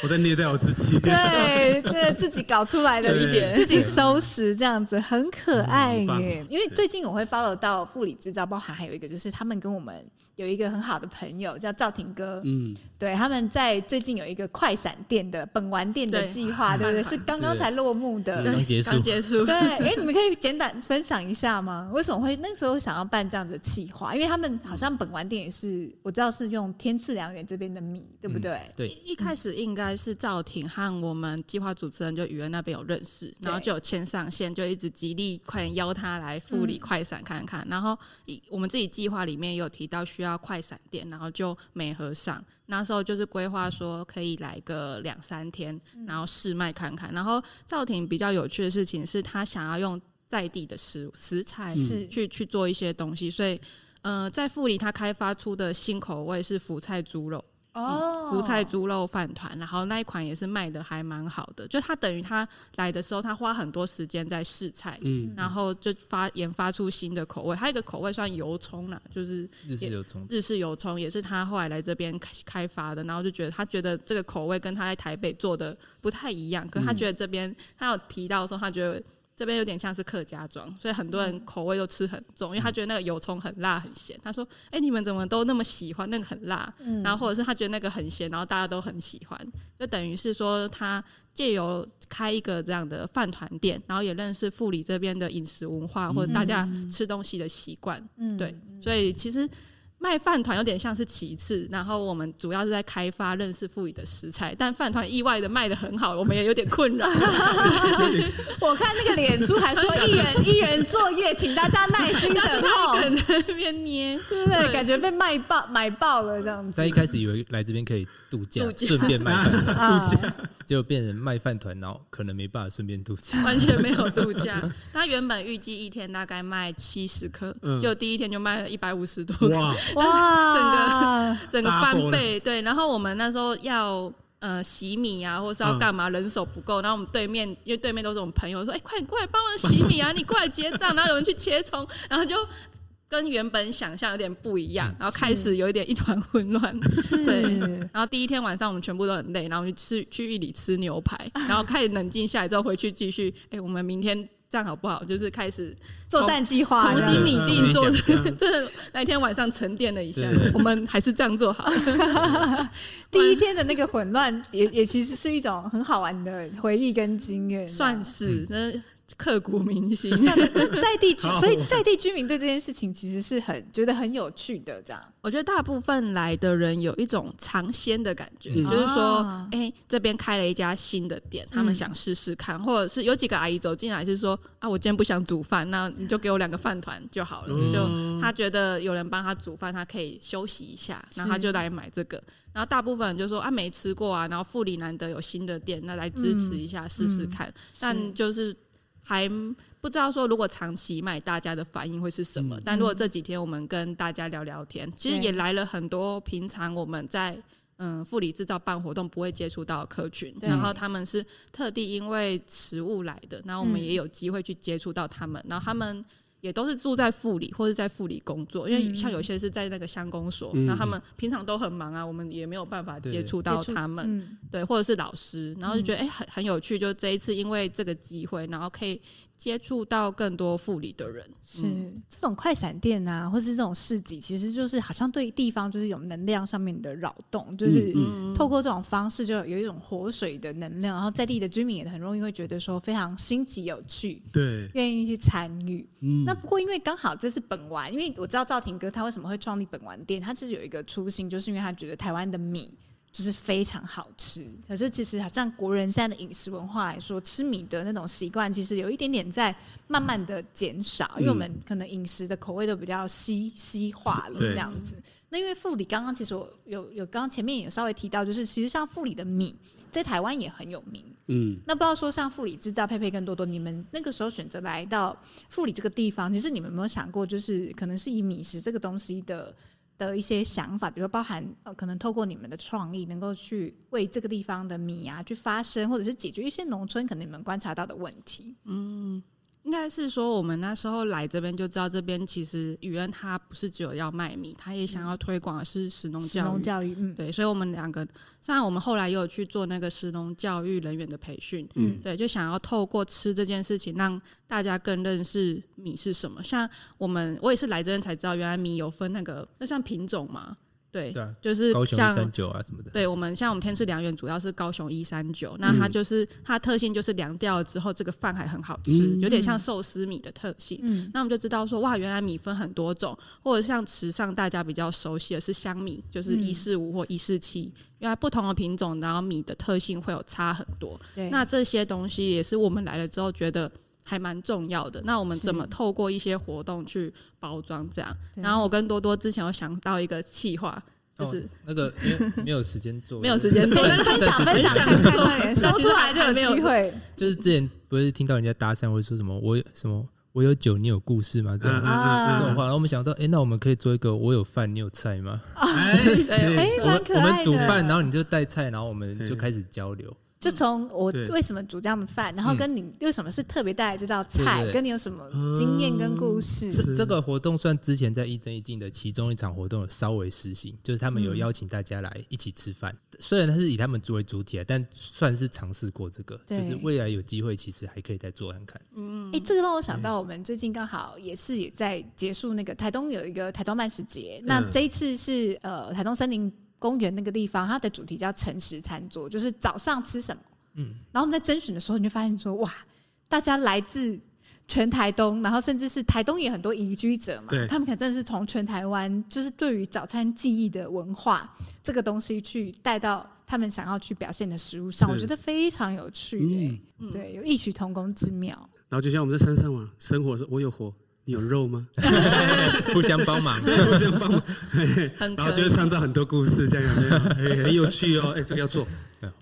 C: 我在虐待我自己。
B: 对，对自己搞出来的
C: 对
B: 一点，自己收拾这样子，很可爱
C: 嗯很
B: 耶
C: 棒。
B: 因为最近我会 follow 到富里制造，包含还有一个就是他们跟我们有一个很好的朋友叫赵廷哥，
C: 嗯，
B: 对，他们在最近有一个快闪店的本玩店的
D: 对
B: 计划，对不对？
D: 对
B: 是刚刚才落幕的。
E: 对刚结束
D: 刚结束
B: 对，，哎，你们可以简短分享一下吗？为什么会那时候想要办这样子的企划？因为他们好像本丸店也是，我知道是用天赐良缘这边的米，对不对？
E: 对。
D: 一一开始应该是赵婷和我们计划主持人就宇恩那边有认识，然后就有牵上线，就一直极力快点邀他来富里快闪看看。然后以我们自己计划里面也有提到需要快闪店，然后就没合上。那时候就是规划说可以来个两三天，然后试卖看看。然后赵婷比较有趣的事情是，她想要用在地的食食材
B: 是
D: 去去做一些东西，所以。呃，在富里，她开发出的新口味是福菜猪肉，
B: 哦
D: 福嗯菜猪肉饭团，然后那一款也是卖的还蛮好的。就他等于他来的时候，他花很多时间在试菜，
C: 嗯
D: 然后就发研发出新的口味。还有一个口味算油葱啦，就是
E: 日式有冲突，
D: 日式油葱，也是他后来来这边开开发的。然后就觉得他觉得这个口味跟他在台北做的不太一样，可是他觉得这边、他有提到说，他觉得。这边有点像是客家庄，所以很多人口味都吃很重，因为他觉得那个油葱很辣很咸。他说：“哎、你们怎么都那么喜欢那个很辣？”
B: 嗯
D: 然后或者是他觉得那个很咸，然后大家都很喜欢，就等于是说他借由开一个这样的饭团店，然后也认识富里这边的饮食文化或者大家吃东西的习惯，
B: 嗯
D: 对，所以其实。卖饭团有点像是其次，然后我们主要是在开发认识富里的食材，但饭团意外的卖的很好，我们也有点 困扰。
B: 我看那个脸书 还说一人一人作业，请大家耐心
D: 然后
B: 等
D: 就他
B: 候
D: 一个，人在那边捏，
B: 对不对？
D: 对
B: 感觉被卖爆买爆了这样子
E: 但一开始以为来这边可以度假
D: 度，假
E: 顺便卖饭 团，
B: 啊，
E: 结果变成卖饭团，然后可能没办法顺便度假。
D: 完全没有度假。他原本预计一天大概卖七十颗，
C: 嗯
D: 就第一天就卖了一百五十多颗，
C: 哇，
B: 哇，
D: 整个
C: Double
D: 翻
C: 了
D: 倍，对。然后我们那时候要呃洗米啊，或是要干嘛，
C: 嗯
D: 人手不够。然后我们对面，因为对面都是我们朋友，说：“哎、快点过来帮忙洗米啊，你过来结账。”然后有人去切葱，然后就跟原本想象有点不
C: 嗯
D: 一样，然后开始有一点一团混乱。对
B: 是
D: 然后第一天晚上我们全部都很累，然后我们就吃去玉里吃牛 排，然后开始冷静下来之后回去继续，哎、我们明天这样好不好？就是开始
B: 作战计划
D: 重
B: 这样，
D: 新拟定做，
E: 嗯
D: 真的那天晚上沉淀了一下
C: 对，
D: 我们还是这样做好了。
B: 第一天的那个混乱也 也其实是一种很好玩的回忆跟经验，
D: 算
C: 嗯
D: 是真的刻骨铭 心。
B: 那在地居，
C: 好
B: 所以在地居民对这件事情其实是很觉得很有趣的，这样
D: 我觉得大部分来的人有一种尝鲜的感觉，
C: 嗯
D: 就是说
B: 啊，
D: 哎、这边开了一家新的店，他们想试试看，或者是有几个阿姨走进来是说，啊，我今天不想煮饭，那你就给我两个饭团就好了。
C: 嗯
D: 就他觉得有人帮他煮饭，他可以休息一下，
C: 嗯
D: 然后他就来买这个。然后大部分人就说啊，没吃过啊，然后富里难得有新的店，那来支
C: 嗯
D: 持一下试试看。但就是还不知道说如果长期卖，大家的反应会是什么。但如果这几天我们跟大家聊聊天，其实
B: 嗯对
D: 也来了很多平常我们在。嗯，富里制造办活动不会接触到的客群，
B: 对
D: 然后他们是特地因为食物来的，然后我们
B: 嗯
D: 也有机会去接触到他们，然后他们也都是住在富里或是在富里工作，因为
B: 嗯
D: 像有些是在那个乡公所，
C: 嗯
D: 然后他们平常都很忙啊，我们也没有办法
E: 对
D: 接触到
B: 接触
D: 他们，
B: 嗯，
D: 对，或者是老师，然后就觉得哎、诶很很有趣，就这一次因为这个机会，然后可以接触到更多富里的人，
B: 是、嗯这种快闪店啊，或是这种市集，其实就是好像对地方就是有能量上面的扰动，就是
D: 嗯
B: 透过这种方式就有一种活水的能量，然后在地的居民也很容易会觉得说非常新奇有趣，
C: 对，
B: 愿意去参与。
C: 嗯
B: 那不过因为刚好这是本丸，因为我知道赵廷哥他为什么会创立本丸店，他其实有一个初心，就是因为他觉得台湾的米就是非常好吃，可是其实好像国人现在的饮食文化来说，吃米的那种习惯其实有一点点在慢慢的减少，
C: 嗯
B: 因为我们可能饮食的口味都比较西西化了
C: 是对
B: 这样子。那因为富里刚刚其实我有有刚刚前面有稍微提到，就是其实像富里的米在台湾也很有名，
C: 嗯，
B: 那不知道说像富里制造、佩佩跟多多，你们那个时候选择来到富里这个地方，其实你们有没有想过，就是可能是以米食这个东西的的一些想法，比如说包含呃，可能透过你们的创意，能够去为这个地方的米啊去发声，或者是解决一些农村可能你们观察到的问题。
D: 应该是说，我们那时候来这边就知道，这边其实雨恩他不是只有要卖米，他也想要推广的是嗯食农
B: 食
D: 教
B: 农
D: 育。
B: 教育，嗯，
D: 对，所以我们两个，虽然我们后来也有去做那个食农教育人员的培训，
B: 嗯
D: 对，就想要透过吃这件事情，让大家更认识米是什么。像我们，我也是来这边才知道，原来米有分那个，那像品种嘛，对，
E: 对啊
D: 就是
E: 高雄一
D: 像
E: 三九啊什么的，
D: 对我们像我们天赐良缘主要是高雄一三九，那
B: 嗯
D: 它就是、它的特性就是凉掉了之后，这个饭还很好吃，
C: 嗯
D: 有点像寿司米的特性。
B: 嗯
D: 那我们就知道说，哇，原来米分很多种，或者像池上大家比较熟悉的是香米，就是
B: 嗯
D: 一四五或一四七，原来不同的品种，然后米的特性会有差很多。
B: 对，
D: 那这些东西也是我们来了之后觉得。还蛮重要的。那我们
B: 是
D: 怎么透过一些活动去包装这样？
B: 对
D: 然后我跟多多之前有想到一个企划，就是
E: 哦那个因为没有时间做，
D: 没有时间做
E: 暂时
B: 分享分享
E: 暂时
B: 看看，说出来就有机会。
E: 就是之前不是听到人家搭讪会说什么我有什么我有酒你有故事吗这种
C: 嗯
E: 这
B: 啊
E: 种话，然后我们想到哎、诶那我们可以做一个我有饭你有菜吗？
C: 哎，
D: 对
B: 哎，
E: 我们
B: 蛮可
E: 我
B: 爱的。
E: 们煮饭，然后你就带菜，然后我们就
C: 嗯
E: 开始交流。
B: 就从我
C: 对
B: 为什么煮这样的饭，然后跟你为什么是特别带来这道菜
E: 嗯对，嗯对
B: 跟你有什么经验跟故事，
C: 是
E: 这个活动算之前在一真一进的其中一场活动有稍微实行，就是他们有邀请大家来一起吃饭，虽然它是以他们作为主体啊，但算是尝试过这个，
B: 对
E: 就是未来有机会其实还可以再做看看。
B: 哎、这个让我想到，我们最近刚好也是也在结束那个台东有一个台东慢食节，那
C: 嗯
B: 这一次是呃台东森林公园那个地方，它的主题叫诚实餐桌，就是早上吃什么。嗯，然后我们在甄选的时候，你就发现说，哇，大家来自全台东，然后甚至是台东也很多移居者嘛
C: 对，
B: 他们可能真的是从全台湾，就是对于早餐记忆的文化这个东西去带到他们想要去表现的食物上，
C: 是嗯
B: 我觉得非常有趣、欸，对，有异曲同工之妙。
C: 然后就像我们在山上嘛，生活的时候我有火，你有 肉吗？
E: 互相帮忙，
C: 互相帮忙，
D: 很
C: 然后
D: 可
C: 就会创造很多故事，这样有没有？哎，很有趣哦，哎，这个要做，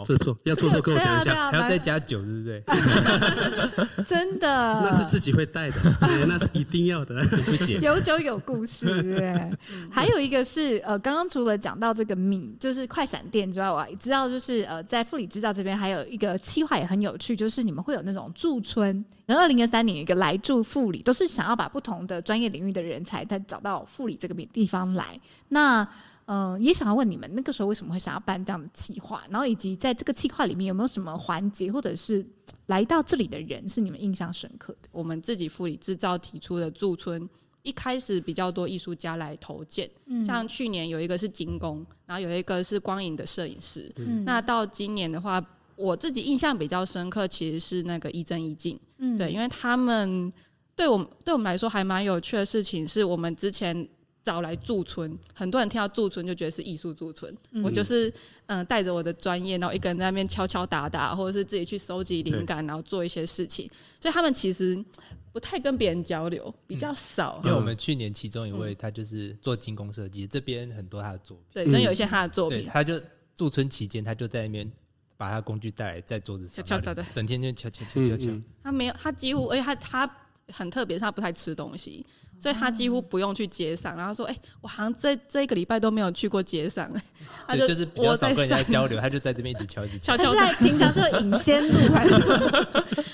C: 这个做要做的时候跟我讲一
B: 对
C: 下，
B: 啊，
E: 还
B: 对啊
E: 要再加酒，对不 对？
B: 蛮真 的，
C: 那是自己会带 的，哎那是一定要的。
E: 不行，
B: 有酒有故 事，对不对？还有一个是呃，刚刚除了讲到这个米，就是快闪店之外，我还知道就是呃，在富里制造这边还有一个计划也很有趣，就是你们会有那种驻村，然后二零二三年有一个来住富里，都是想要把不同的专业领域的人才，他找到富里这个地方来。那嗯、呃也想要问你们那个时候为什么会想要办这样的计划，然后以及在这个计划里面有没有什么环节或者是来到这里的人是你们印象深刻的？
D: 我们自己富里制造提出的驻村，一开始比较多艺术家来投件，
B: 嗯
D: 像去年有一个是金工，然后有一个是光影的摄影师。
B: 嗯
D: 那到今年的话，我自己印象比较深刻，其实是那个一真一静，
B: 嗯
D: 对，因为他们对我们对我们来说还蛮有趣的事情，是我们之前。找来驻村，很多人听到驻村就觉得是艺术驻村。我就是嗯，带、着我的专业，然后一个人在那边敲敲打打，或者是自己去收集灵感，然后做一些事情。所以他们其实不太跟别人交流，比较少。
E: 因为我们去年其中一位他就是做精工设计，这边很多他的作品，
D: 对，真有一些他的作
E: 对，
D: 品，
E: 他就驻村期间他就在那边把他工具带来在桌子上，
D: 敲敲
E: 然后
D: 打打
E: 整天就敲敲敲敲敲
C: 嗯，
D: 他没有，他几乎，而且他他很特别，是他不太吃东西，所以他几
E: 哦
D: 乎不用去街上。然后说：“哎、我好像这这一个礼拜都没有去过街上。” 他
E: 对，就是比较
D: 窝在
E: 少跟人家
D: 山
E: 交流，他就在这边一直敲一直 敲。
B: 他
D: 悄悄
B: 是
D: 的，
B: 在平常是 有引仙路还是？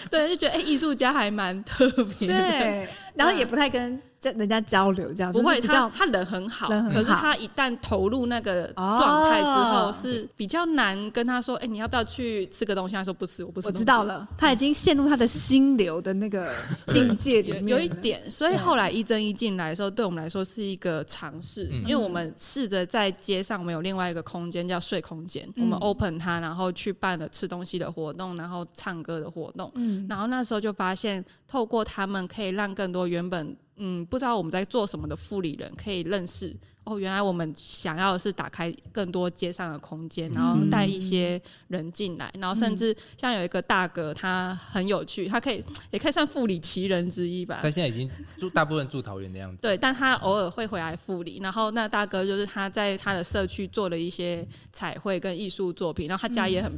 D: 对，就觉得哎，艺、术家还蛮特别的。
B: 对，然后也不太跟这人家交流，这样
D: 不
B: 就是
D: 会，
B: 比
D: 他
B: 较
D: 他人很好，
B: 人很
D: 可是
B: 好
D: 他一旦投入那个状态之后，
B: 哦
D: 是比较难跟他说，哎、你要不要去吃个东西？他说不吃，我不吃。
B: 我知道。了，他已经陷入他的心流的那 个境界里
D: 有
B: 面嗯
D: 有一
B: 了
D: 点，所以后来一真一进来的时候，对我们来说是一个尝试，
B: 嗯
D: 因为我们试着在街上，我们有另外一个空间叫睡空间，
B: 嗯
D: 我们 open 它，然后去办了吃东西的活动，然后唱歌的活动，
B: 嗯
D: 然后那时候就发现，透过他们可以让更多原本嗯不知道我们在做什么的护理人可以认识哦，原来我们想要的是打开更多街上的空间，然后带一些人进来，然后甚至像有一个大哥，他很有趣，他可以也可以算护理奇人之一吧
E: 他。现在已经住大部分住桃园的样子，
D: 对，但他偶尔会回来护理。然后那大哥就是他在他的社区做了一些彩绘跟艺术作品，然后他家也很、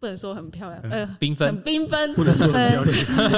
D: 不能说很漂亮，呃，
E: 缤纷
D: 很嗯缤纷，
C: 不能说很漂亮，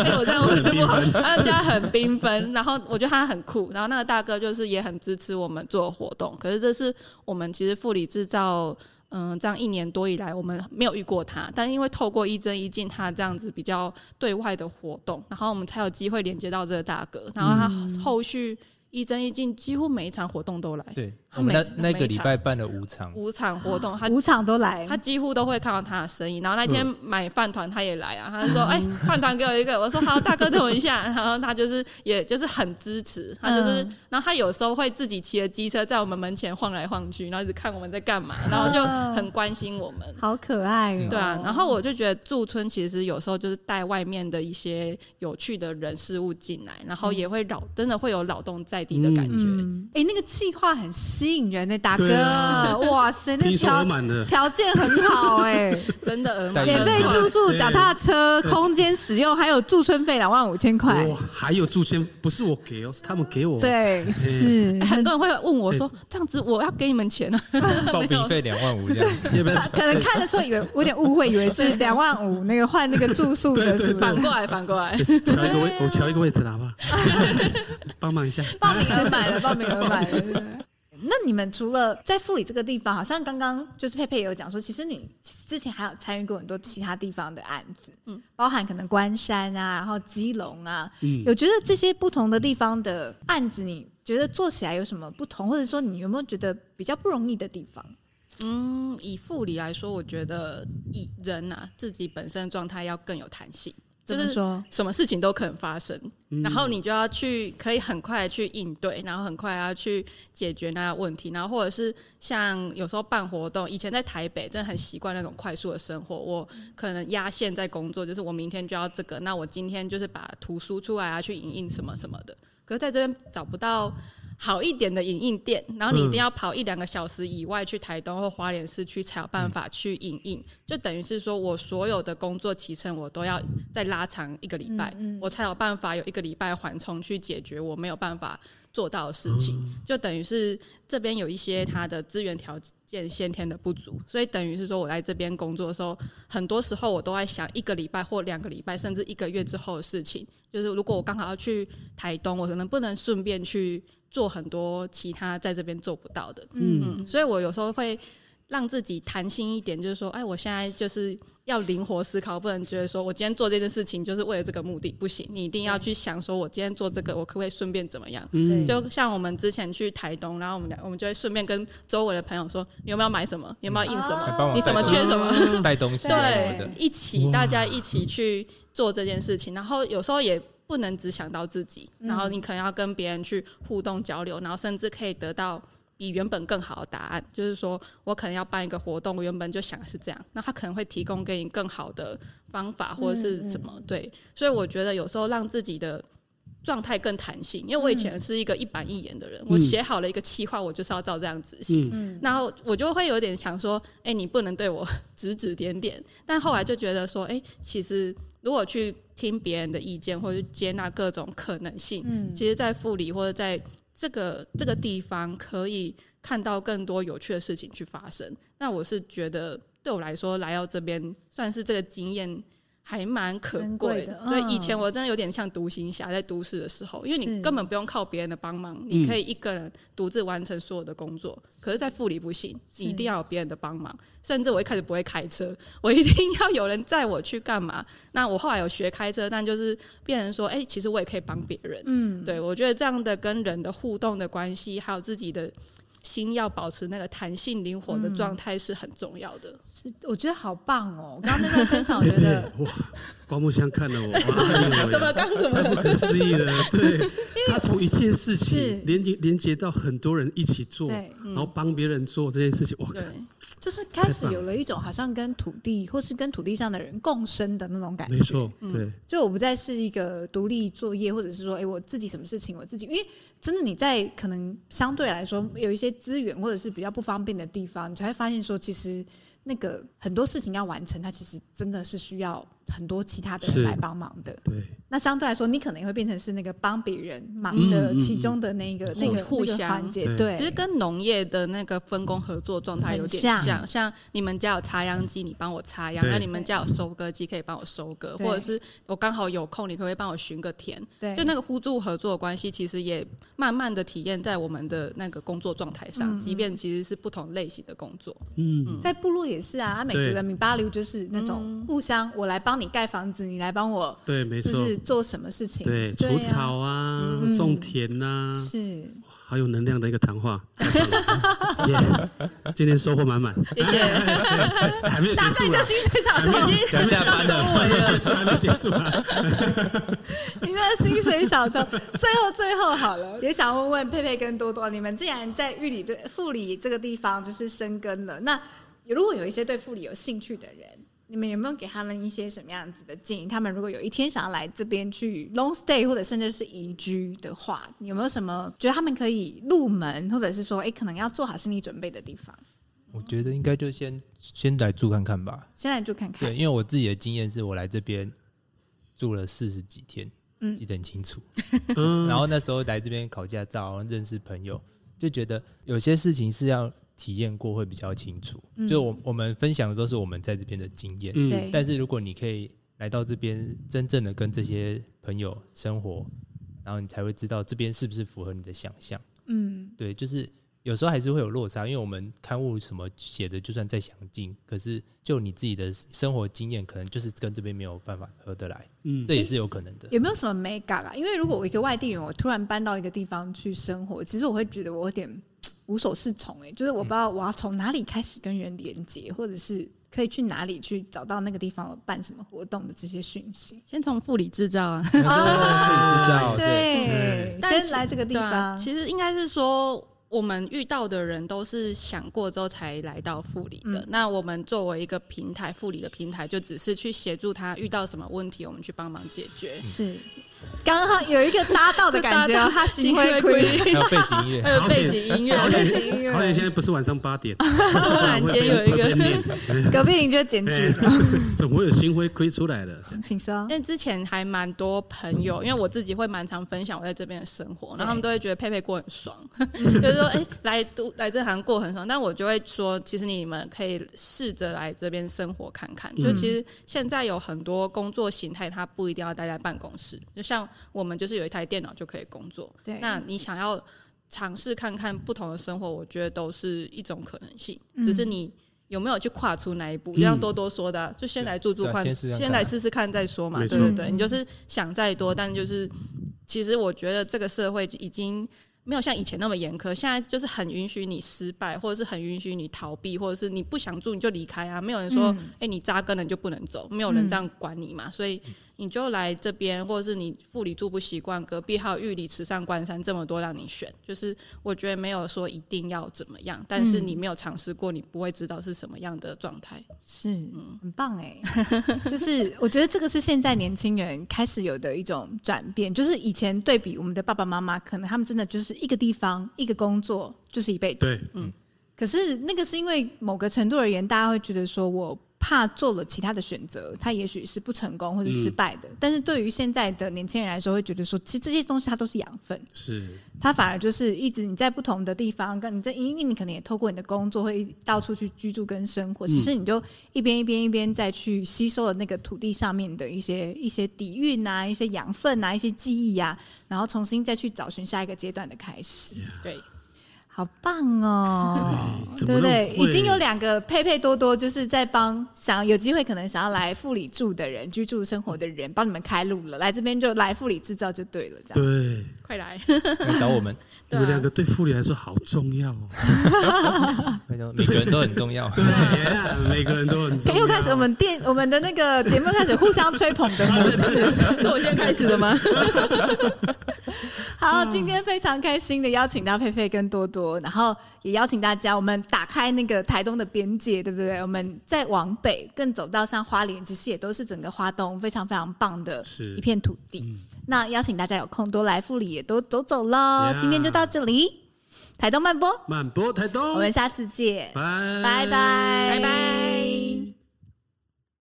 D: 对，我这样问不好，他家很缤纷，然后我觉得他很酷，然后那个大哥就是也很支持我们做活动，可是这是我们其实富里制造。嗯，这样一年多以来，我们没有遇过他，但因为透过一真一进他这样子比较对外的活动，然后我们才有机会连接到这个大哥，然后他后续一真一进几乎每一场活动都来，
E: 对，
D: 他
E: 我
D: 每
E: 们那那
D: 每
E: 个
D: 一
E: 礼
D: 场
E: 拜办了五场，
D: 五场活动他
B: 五场都来，
D: 他几乎都会看到他的身影。然后那天买饭团他也来啊，他就说：“哎、饭团给我一个。”我说：“好，大哥等我一下。”然后他就是也就是很支持，他就是，
B: 嗯
D: 然后他有时候会自己骑着机车在我们门前晃来晃去，然后一直看我们在干嘛，然后就很关心我们。
B: 好可爱嗯哦。
D: 对啊，然后我就觉得驻村其实有时候就是带外面的一些有趣的人事物进来，然后也会扰，真的会有扰动在地的感觉。
B: 嗯，哎，那个气化很吸引人呢，大
C: 对
B: 哥
C: 啊，
B: 哇塞，那
C: 听说
B: 条
C: 额满的，
B: 条件很好哎，
D: 真的耳
E: 带
D: 满
E: 对
B: 免
E: 人
B: 费
E: 对
B: 住宿、
C: 对
B: 脚踏车、空间使用，还有驻村费两万五千块
C: 我。还有住签，不是我给哦，是他们给我。，
B: 对，是
D: 很多人会问我说：“这样子我要给你们钱啊？”
E: 报名费两万五这样，
C: 要不要？
B: 可能看的时候以为我有点误会，以为是两万五那个换那个住宿的
C: 对
B: 是不
D: 反
B: 是？
D: 过来，反过来。
C: 调一个 位，我调一个位置啦，好不好？帮忙一下。
B: 报名额满了，报名额满了。那你们除了在富里这个地方，好像刚刚就是佩佩也有讲说，其实你其实之前还有参与过很多其他地方的案子，嗯，包含可能关山啊，然后基隆啊，
C: 嗯
B: 有觉得这些不同的地方的案子，你觉得做起来有什么不同，或者说你有没有觉得比较不容易的地方？
D: 嗯，以复理来说，我觉得以人啊自己本身的状态要更有弹性，就
B: 怎么
D: 是
B: 说，
D: 什么事情都可能发生，然后你就要去可以很快地去应对，然后很快地要去解决那个问题，然后或者是像有时候办活动，以前在台北真的很习惯那种快速的生活，我可能压线在工作，就是我明天就要这个，那我今天就是把图输出来啊，去影印什么什么的。可是在这边找不到好一点的影印店，然后你一定要跑一两个小时以外去台东或花莲市区才有办法去影印，就等于是说我所有的工作期程我都要再拉长一个礼拜，我才有办法有一个礼拜缓冲去解决我没有办法做到的事情，就等于是这边有一些它的资源条件先天的不足，所以等于是说我在这边工作的时候，很多时候我都在想一个礼拜或两个礼拜甚至一个月之后的事情，就是如果我刚好要去台东，我可能不能顺便去做很多其他在这边做不到的，嗯，所以我有时候会让自己弹性一点，就是说，哎，我现在就是要灵活思考，不能觉得说我今天做这件事情就是为了这个目的，不行，你一定要去想说，我今天做这个，我可不可以顺便怎么样？
B: 嗯
D: 就像我们之前去台东，然后我们俩我们就会顺便跟周围的朋友说，你有没有买什么？你有没有印什么？
B: 嗯
E: 还帮我
D: 你什么缺什么？
E: 么带东西啊什么
D: 对
E: 的，，
D: 一起
C: 哇
D: 大家一起去做这件事情，然后有时候也不能只想到自己，然后你可能要跟别人去互动交流，然后甚至可以得到。比原本更好的答案，就是说我可能要办一个活动，我原本就想是这样，那他可能会提供给你更好的方法或者是什么，对，所以我觉得有时候让自己的状态更弹性，因为我以前是一个一板一眼的人，我写好了一个计划，我就是要照这样子写，然后我就会有点想说，哎、你不能对我指指点点。但后来就觉得说，哎、其实如果去听别人的意见，或者接纳各种可能性，
B: 嗯
D: 其实，在复理或者在这个这个地方，可以看到更多有趣的事情去发生。那我是觉得，对我来说，来到这边算是这个经验。还蛮可
B: 珍贵
D: 贵
B: 的
D: 的。对，
B: 嗯
D: 以前我真的有点像独行侠，在都市的时候，因为
B: 是
D: 你根本不用靠别人的帮忙，
C: 嗯
D: 你可以一个人独自完成所有的工作。可是，在富里不行，
B: 是
D: 你一定要有别人的帮忙。甚至我一开始不会开车，我一定要有人载我去干嘛？那我后来有学开车，但就是变成说，哎、其实我也可以帮别人。
B: 嗯，
D: 对，我觉得这样的跟人的互动的关系，还有自己的心要保持那个弹性灵活
B: 嗯
D: 的状态是很重要的。
B: 是我觉得好棒哦！刚刚那段分享，我觉 得
C: 哇，刮目 相看了我，哇哎
D: 怎么刚怎
C: 太
D: 么
C: 不可思议了。对，他从一件事
B: 是
C: 情连接连接到很多人一起做，
B: 对，
C: 然后帮别人做这件事情，哇，
D: 对
B: 就是开始有了一种好像跟土地或是跟土地上的人共生的那种感
C: 没
B: 觉。
C: 错，对，
B: 就我不再是一个独立作业，或者是说，哎、我自己什么事情我自己，因为真的你在可能相对来说有一些资源或者是比较不方便的地方，你才会发现说，其实那个很多事情要完成，它其实真的是需要很多其他的人
C: 是
B: 来帮忙的。
C: 对，
B: 那相对来说，你可能也会变成是那个帮别人忙
C: 嗯
B: 的
C: 嗯嗯
B: 其中的那个、
D: 互
B: 那个
D: 互
B: 那个
D: 相
B: 环节，
C: 对
B: 对，
D: 其实跟农业的那个分工合作状态有点
B: 很像
D: 像，像你们家有插秧机，你帮我插秧；
C: 对
D: 那你们家有收割机，可以帮我收割，
B: 对
D: 或者是我刚好有空，你可不可以帮我巡个田？
B: 对，
D: 就那个互助合作的关系，其实也慢慢的体验在我们的那个工作状态上，
B: 嗯
D: 即便其实是不同类型的工作。
C: 嗯，
B: 在部落也是啊，阿美
C: 对
B: 族的米巴流就是那种互相，我来帮你盖房子，你来帮我，
C: 对，没
B: 就
C: 错，
B: 是做什么事情，
C: 对，
B: 对
C: 除
B: 啊
C: 草啊，种田啊呐，
B: 是，
C: 好有能量的一个谈话， 太棒了耶！今天收获满满，
D: 谢谢。
C: 还没有结
B: 大
C: 束啊
B: 家
C: 啦
B: 在，心水小
C: 还没有
B: 偷，
E: 想下班了，
C: 还没有结束，还没有结束啊！
B: 你在心水小 偷。最后最后好了，也想问问佩佩跟多多，你们既然在玉里这富里这个地方就是生根了，那如果有一些对富里有兴趣的人。你们有没有给他们一些什么样子的建议？他们如果有一天想要来这边去 long stay 或者甚至是移居的话，你有没有什么觉得他们可以入门，或者是说，哎、可能要做好心理准备的地方？
E: 我觉得应该就先先来住看看 吧。
B: 先来就看看
E: 对，。因为我自己的经验是我来这边住了四十几天，
B: 嗯
E: 记得很 清楚。
C: 嗯，
E: 然后那时候来这边考驾照，然后认识朋友，就觉得有些事情是要体验过会比较清楚。
D: 嗯
E: 就我我们分享的都是我们在这边的经验，
C: 嗯
B: 对
E: 但是如果你可以来到这边，真正的跟这些朋友生活，然后你才会知道这边是不是符合你的想象。
B: 嗯，
E: 对，就是有时候还是会有落差，因为我们刊物什么写的就算再详尽，可是就你自己的生活经验，可能就是跟这边没有办法合得来，
C: 嗯
E: 这也是有可能的。
B: 有没有什么美感啊？因为如果我一个外地人，我突然搬到一个地方去生活，其实我会觉得我有点嘖无所适从，哎，就是我不
C: 嗯
B: 知道我要从哪里开始跟人连接，或者是可以去哪里去找到那个地方有办什么活动的这些讯息。
D: 先从副理制造啊，
E: 对，可以知
C: 哦
E: 道， 对，
B: 对，
D: 但
B: 先
D: 其
B: 来这个地
D: 对啊，
B: 方，
D: 其实应该是说，我们遇到的人都是想过之后才来到富里
B: 嗯
D: 的。那我们作为一个平台，富里的平台，就只是去协助他遇到什么问题，我们去帮忙解决。
B: 是刚好有一个搭到的感觉哦，他心 会亏。
E: 还有背景音乐
D: 还，有背景 音乐，
C: 好
B: 背
C: 险
B: 景音乐
C: 好险现在不是晚上八点，
D: 突然间有一
C: 会被
D: 个。
C: 念，哎
B: 隔壁邻居检举，
C: 怎么会有星辉亏出来了？
B: 请说
D: 因。为之前还蛮多朋友，因为我自己会蛮常分享我在这边的生活，然后他们都会觉得佩佩过很爽， 就是说哎、来读来这行过很爽，但我就会说，其实你们可以试着来这边生活看看。就其实现在有很多工作形态，它不一定要待在办公室，就像我们就是有一台电脑就可以工作。
B: 对
D: 那你想要尝试看看不同的生活，我觉得都是一种可能性，只是你。有没有去跨出那一步？就像多多说的啊、就先来住住
E: 嗯对啊
D: 看，
E: 先试看看
D: 来试试看再说嘛。
C: 没
D: 对
C: 错
D: 对对，你就是想再多，但就是其实我觉得这个社会已经没有像以前那么严苛，现在就是很允许你失败，或者是很允许你逃避，或者是你不想住你就离开啊，没有人说哎、诶你扎根了你就不能走，没有人这样管你嘛，所以你就来这边，或者是你富里住不习惯，隔壁还有玉里、池上、关山这么多让你选，就是我觉得没有说一定要怎么样，但是你没有尝试过，你不会知道是什么样的状态。
B: 是，很棒哎、 就是我觉得这个是现在年轻人开始有的一种转变，就是以前对比我们的爸爸妈妈，可能他们真的就是一个地方一个工作就是一辈子，
C: 对，
B: 可是那个是因为某个程度而言，大家会觉得说我怕做了其他的选择，他也许是不成功或是失败的。但是对于现在的年轻人来说，会觉得说，其实这些东西它都是养分，
C: 是
B: 它反而就是一直你在不同的地方，跟你在，因为你可能也透过你的工作会到处去居住跟生活，
C: 嗯
B: 其实你就一边一边一边再去吸收了那个土地上面的一些一些底蕴啊、一些养分啊、一些记忆啊，然后重新再去找寻下一个阶段的开始。
D: 对，
B: 好棒 哦！
C: 嗯哎怎
B: 对
C: 么
B: 不
C: 那么
B: 对？已
C: 会
B: 经有两个佩佩多多，就是在帮想有机会可能想要来富里住的人、居住生活的人，帮你们开路了。来这边就来富里制造就对了，这样。
C: 对。
D: 快来！
E: 来找我们，
C: 你
D: 对
C: 们
D: 啊
C: 两个对妇女来说好重要哦，
E: 每个人都很重要。
C: 对，哎每个人都很重要。
B: 又开始我们电我们的那个节目开始互相吹捧的 模式。
D: 是我先开始的吗？
B: 好，
C: 嗯
B: 今天非常开心的邀请到佩佩跟多多，然后也邀请大家，我们打开那个台东的边界，对不对？我们再往北，更走到像花莲，其实也都是整个花东非常非常棒的
C: 是嗯
B: 一片土地。那邀请大家有空多来富里也都走走喽。
C: Yeah
B: 今天就到这里，台东慢播，
C: 满播台东，
B: 我们下次见，
C: 拜
B: 拜拜，
D: 拜拜。